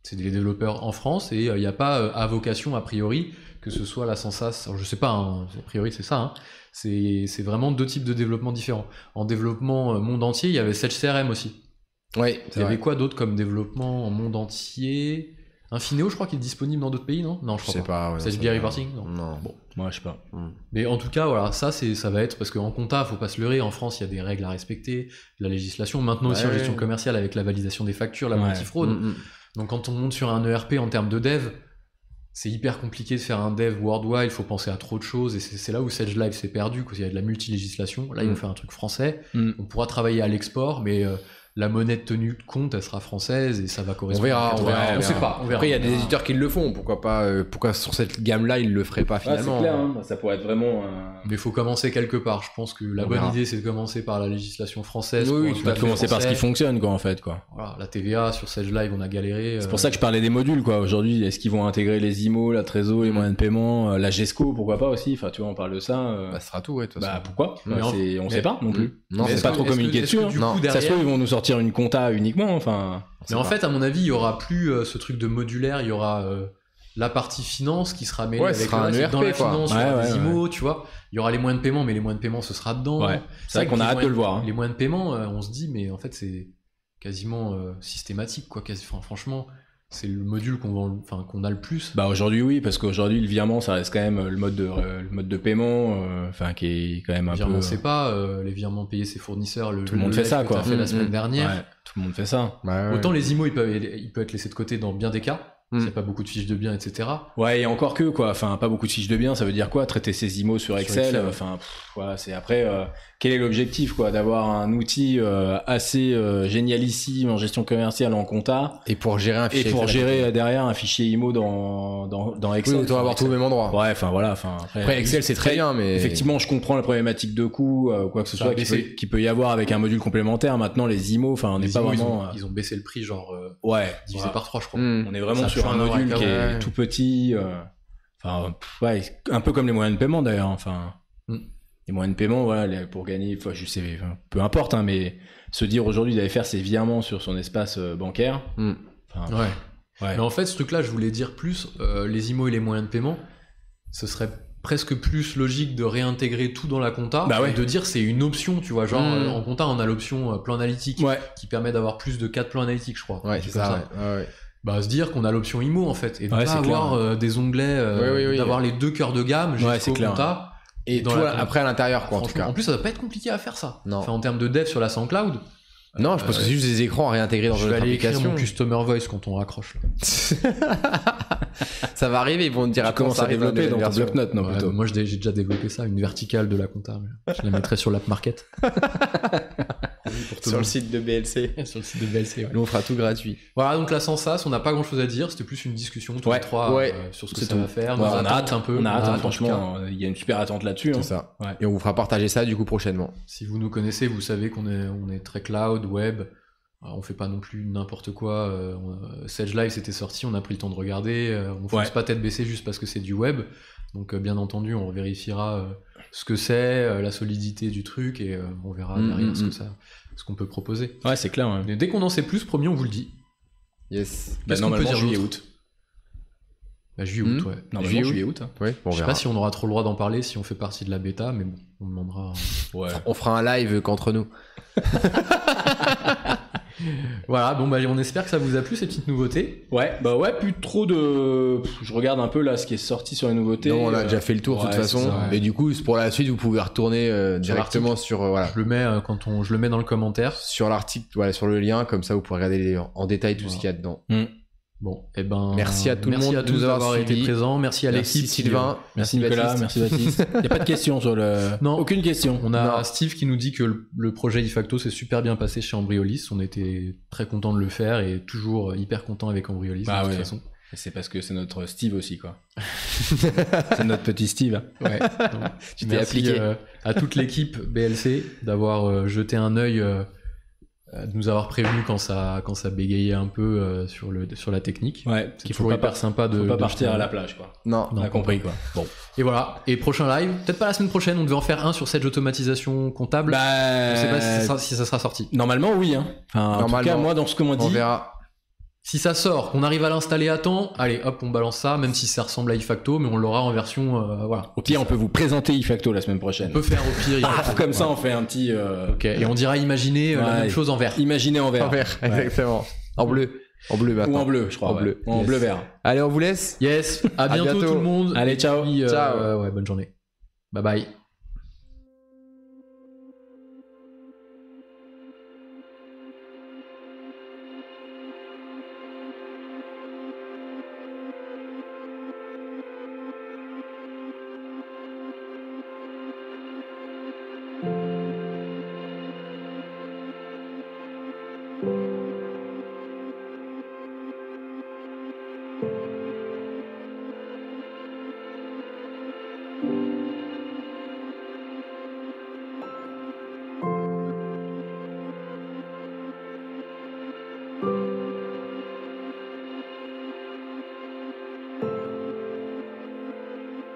A: C'est des développeurs en France et il n'y a pas euh, à vocation, a priori, que ce soit la Sensas. alors, je sais pas, hein, a priori, c'est ça. hein. C'est c'est vraiment deux types de développement différents. En développement euh, monde entier, il y avait Sedge CRM aussi.
B: Oui,
A: Il y avait quoi d'autre comme développement en monde entier Infineo, je crois qu'il est disponible dans d'autres pays, non Non, je
B: Je
A: crois
B: sais
A: pas.
B: pas. ouais,
A: Sedge
B: ça-
A: BI Reporting Non.
B: Non.
C: Ouais, je sais pas.
A: Mais en tout cas, voilà, ça, c'est, ça va être parce qu'en compta, faut pas se leurrer. En France, il y a des règles à respecter, de la législation. Maintenant aussi en
B: Ouais.
A: gestion commerciale avec la validation des factures, la
C: Ouais.
A: anti-fraude.
B: Mm, mm.
A: Donc quand on monte sur un ERP en termes de dev, c'est hyper compliqué de faire un dev worldwide. Il faut penser à trop de choses et c'est, c'est là où Sedge Live s'est perdu, parce qu'il y a de la multilégislation. Là, ils vont
B: Mm.
A: faire un truc français.
C: Mm.
A: On pourra travailler à l'export, mais euh, la monnaie de tenue de compte, elle sera française et ça va
B: On
A: correspondre.
B: verra,
A: à
B: on
A: 80.
B: verra.
A: On sait pas. On verra.
B: Après, il y a
A: On
B: des
A: verra.
B: éditeurs qui le font. Pourquoi pas euh, Pourquoi sur cette gamme-là, ils le feraient pas
C: Ouais, c'est
B: finalement euh,
C: clair, hein. ça pourrait être vraiment un.
A: Mais il faut commencer quelque part. Je pense que la
B: On
A: bonne
B: verra.
A: idée, c'est de commencer par la législation française.
B: Oui,
A: pour
B: oui,
A: un
B: tu
A: tout
C: Bah,
A: à
C: de
A: fait
C: commencer par ce
A: français.
C: qui fonctionne, quoi, en fait, quoi.
A: Voilà, la TVA sur Sedge Live, on a galéré. euh,
C: C'est pour ça que je parlais des modules, quoi. Aujourd'hui, est-ce qu'ils vont intégrer les IMO, la Trésor,
A: Mm.
C: les moyens de paiement, euh, la GESCO, pourquoi pas aussi Enfin, tu vois, on parle de ça. euh,
B: Bah,
C: Bah,
B: ce sera tout, ouais, de toute façon.
C: pourquoi Bah,
A: Mais en-
C: C'est- On
A: mais-
C: sait pas non plus.
B: Mm. Non,
A: Mais
B: c'est
A: est-ce
B: pas
A: que-
B: trop.
A: est-ce que-
C: communiqué
A: est-ce que
C: dessus,
A: du
B: hein.
A: coup,
B: Non,
C: Ça se
A: derrière-
C: trouve, ils vont nous sortir une compta uniquement, enfin.
B: on sait
A: Mais en
B: pas.
A: fait, à mon avis, il y aura plus euh, ce truc de modulaire, il y aura euh, la partie finance qui sera mêlée
B: Ouais, ce
A: avec
B: sera
A: le
B: un
A: reste.
B: ERP,
A: dans la
B: quoi.
A: finance,
C: Ouais,
A: il y aura des
C: ouais,
A: IMO, tu vois. Il y aura les moyens de paiement, mais les moyens de paiement, ce sera dedans.
C: Ouais. C'est vrai
A: que
C: qu'on a
A: les
C: hâte de
A: moyens-
C: le voir. hein.
A: Les moyens de paiement, euh, on se dit, mais en fait, c'est quasiment euh, systématique, quoi. Quasi- enfin, franchement, c'est le module qu'on vend- enfin, qu'on a le plus.
C: Bah aujourd'hui oui parce qu'aujourd'hui le virement ça reste quand même le mode de euh, le mode de paiement euh, enfin qui est quand même un
A: Virement,
C: peu
A: c'est pas euh, les virements payés ses fournisseurs. Le,
C: Tout le monde fait
A: live
C: ça,
A: que
C: quoi. Mmh,
A: t'as fait la
B: Mm,
A: semaine
B: mm.
A: dernière.
C: Ouais, Mmh. tout le monde fait ça.
B: Bah, ouais.
A: Autant les IMO, il peut, il peut être laissé de côté dans bien des cas. S'il n'y
B: Mm.
A: a pas beaucoup de fiches de biens, etc.
C: Ouais, et encore que, quoi. Enfin, pas beaucoup de fiches de biens, ça veut dire quoi Traiter ses IMO sur
A: Sur
C: Excel.
A: Excel,
C: euh,
A: ouais.
C: Enfin, pff, voilà, c'est après, euh, quel est l'objectif, quoi D'avoir un outil euh, assez euh, génialissime en gestion commerciale, en compta,
B: Et pour gérer un
C: et
B: fichier.
C: pour
B: Excel.
C: gérer euh, derrière un fichier IMO dans, dans, dans
B: Oui,
C: Excel.
B: autant avoir tout au même endroit.
C: Ouais, enfin, voilà. Enfin,
B: Après, Excel, c'est très
C: Après,
B: bien, mais.
C: Effectivement, je comprends la problématique de coût, euh, quoi que ce
A: Ça
C: soit,
A: a
C: qui peut,
A: baissé.
C: qui peut y avoir avec un module complémentaire. Maintenant, les IMO, enfin, on n'est
A: Les
C: pas
A: IMO, ils
C: vraiment.
A: ont-
C: euh,
A: ils ont baissé le prix, genre, euh,
C: Ouais,
A: divisé
C: voilà.
A: par 3, je crois.
B: Hmm.
C: On est vraiment
A: Ça
C: sur
A: change
C: un
A: un
C: module
A: rack,
C: qui est
B: ouais.
C: tout petit. euh, Enfin, pff, ouais, un peu comme les moyens de paiement d'ailleurs. Enfin,
A: Mm.
C: les moyens de paiement, voilà, les- pour gagner, enfin, je sais, enfin, peu importe, hein, mais se dire aujourd'hui d'aller faire ses virements sur son espace euh, bancaire.
B: Mm.
C: Enfin,
A: Ouais.
C: ouais.
A: Mais en fait, ce truc-là, je voulais dire plus, euh, les IMO et les moyens de paiement, ce serait presque plus logique de réintégrer tout dans la compta
C: Bah ouais.
A: et de dire c'est une option, tu vois. Genre,
B: Mm.
A: euh, en compta, on a l'option euh, plan analytique
C: Ouais.
A: qui permet d'avoir plus de 4 plans analytiques, je crois.
B: Ouais,
A: Un
B: c'est
A: truc
B: ça.
A: comme
B: ouais. Ouais, ouais.
A: Bah, se dire qu'on a l'option IMO en fait et de
C: Ouais,
A: pas
C: c'est clair,
A: avoir
C: ouais.
A: euh, des onglets, euh,
B: Oui, oui, oui.
A: d'avoir les deux cœurs de gamme jusqu'au
C: Ouais, c'est clair.
A: compta.
B: Et
A: Dans
B: tout
A: la-
B: à- après à l'intérieur, quoi, en tout
A: Franchement,
B: cas.
A: en plus, ça doit pas être compliqué à faire ça.
B: Non.
A: Enfin, en termes de dev sur la SoundCloud,
B: Non, je pense que c'est juste des écrans à réintégrer dans
A: je
B: notre
A: vais aller écrire
B: application.
A: mon customer voice quand on raccroche. là.
B: ça va arriver, ils vont te dire
C: Tu
B: à quand
C: commences
B: ça
C: à
B: arrive
C: développer
B: la
C: dans
B: nouvelle
C: ton
B: version.
C: bloc-notes, non
A: Ouais,
C: Euh, plutôt.
A: bah, moi, j'ai j'ai déjà développé ça, une verticale de la compta. mais Je la mettrai sur l'App Market. Pour tout le
B: Sur le
A: monde.
B: site de BLC.
A: Sur le site de BLC. ouais.
B: Nous, on fera tout gratuit.
A: Voilà, donc la Sensas, on n'a pas grand chose à dire. C'était plus une discussion tous
C: Ouais,
A: les trois
B: ouais.
A: euh, sur ce que
C: C'est
A: ça
C: tout.
A: va faire.
C: Ouais,
A: nos
C: on a
A: attentes
C: hâte
A: un peu.
C: On a hâte, hein,
A: ah, en tout cas.
C: franchement. euh, Il y a une super attente là-dessus. hein.
B: C'est ça.
C: Ouais.
B: Et on vous fera partager ça du coup prochainement.
A: Si vous nous connaissez, vous savez qu'on est, on est très cloud, web. Euh, On fait pas non plus n'importe quoi. Euh, on- Sage Live c'était sorti, on a pris le temps de regarder. Euh, On fonce
C: Ouais.
A: pas tête baissée juste parce que c'est du web. Donc euh, bien entendu, on vérifiera euh, ce que c'est, euh, la solidité du truc et euh, on verra
B: Mm,
A: derrière
B: mm,
A: ce
B: mm.
A: que ça, ce qu'on peut proposer.
C: Ouais, c'est clair. hein. Bah, ouais.
A: Mais dès qu'on en sait plus, promis, on vous le dit.
B: Yes.
C: Bah,
A: Qu'est-ce qu'on peut
C: normalement,
A: dire
C: juillet,
A: d'autre
C: août.
A: Bah, juillet août,
B: Mm.
A: ouais.
C: Normalement,
B: Juillet, août.
C: juillet, août. hein.
B: Ouais, bon, on
A: Je sais
B: verra.
A: pas si on aura trop le droit d'en parler, si on fait partie de la bêta, mais bon, on demandera.
C: Ouais.
B: On fera un live qu'entre nous.
A: voilà, bon, bah, on espère que ça vous a plu ces petites nouveautés.
C: Ouais, bah ouais, plus trop de. Pff, Je regarde un peu là ce qui est sorti sur les nouveautés.
B: Non, on a
C: Euh,
B: déjà fait le tour de
C: ouais,
B: toute façon.
C: c'est ça, ouais.
B: Et du coup, pour la suite, vous pouvez retourner euh, directement sur euh, voilà
A: Je le mets euh, quand on, je le mets dans le commentaire.
B: sur l'article, voilà, sur le lien, comme ça vous pourrez regarder les- en détail tout
A: Voilà.
B: ce qu'il y a dedans.
A: Bon, et ben.
B: Merci à tout le
A: merci
B: monde
A: à
B: de
A: tous
B: nous avoir
A: d'avoir été
B: suivis.
A: présents. Merci à
B: Merci
A: l'équipe. qui, euh,
B: Sylvain,
C: Merci Nicolas,
B: Baptiste.
C: merci Baptiste. Il n'y a pas de question sur le.
A: Non.
C: aucune question.
A: On a
B: Non.
A: Steve qui nous dit que le, le projet IFACTO s'est super bien passé chez Embryolis. On était très content de le faire et toujours hyper content avec Embryolis
C: Bah
A: de
C: ouais.
A: toute façon.
C: C'est parce que c'est notre Steve aussi, quoi. c'est notre petit Steve. hein.
A: Ouais. Donc,
B: Tu t'es
A: merci
B: appliqué.
A: euh, à toute l'équipe BLC d'avoir euh, jeté un œil, euh, euh, de nous avoir prévenu quand ça, quand ça bégayait un peu euh, sur, le, sur la technique.
C: Ouais,
A: C'est
C: qu'il
A: toujours
C: faut pas,
A: hyper
C: par-
A: sympa de.
C: faut pas
A: de-
C: partir à la plage, quoi.
B: Non.
A: Non.
C: On a compris, quoi. Bon.
A: Et voilà. Et prochain live, peut-être pas la semaine prochaine, on devait en faire un sur cette automatisation comptable.
C: Bah.
A: Je sais pas si ça, sera- si ça sera sorti.
C: Normalement, oui. Hein. Enfin, en tout
B: Normalement.
C: cas, moi, dans ce que m'ont
B: On
C: dit.
B: verra.
A: Si ça sort, qu'on arrive à l'installer à temps, allez hop, on balance ça, même si ça ressemble à iFacto, mais on l'aura en version. euh, voilà.
C: Au pire, on peut vous présenter IFACTO la semaine
A: On
C: prochaine.
A: peut faire au pire.
C: Paf,
A: iFacto.
C: Ah, comme ça, on fait un petit. euh,
A: Ok. Et on dira imaginer euh, la
C: Ouais.
A: même chose en vert.
C: Imaginez en vert.
B: En vert,
C: Ouais.
B: exactement. En bleu. En bleu bah,
C: Ou
B: maintenant.
C: en bleu, je crois.
B: En
C: ouais.
B: bleu.
C: Ou en
B: Yes.
C: bleu vert.
B: Allez, on vous laisse.
A: Yes. À bientôt,
B: bientôt.
A: tout le monde.
C: Allez, ciao.
A: Puis, euh,
B: Ciao.
A: ouais, bonne journée. Bye bye.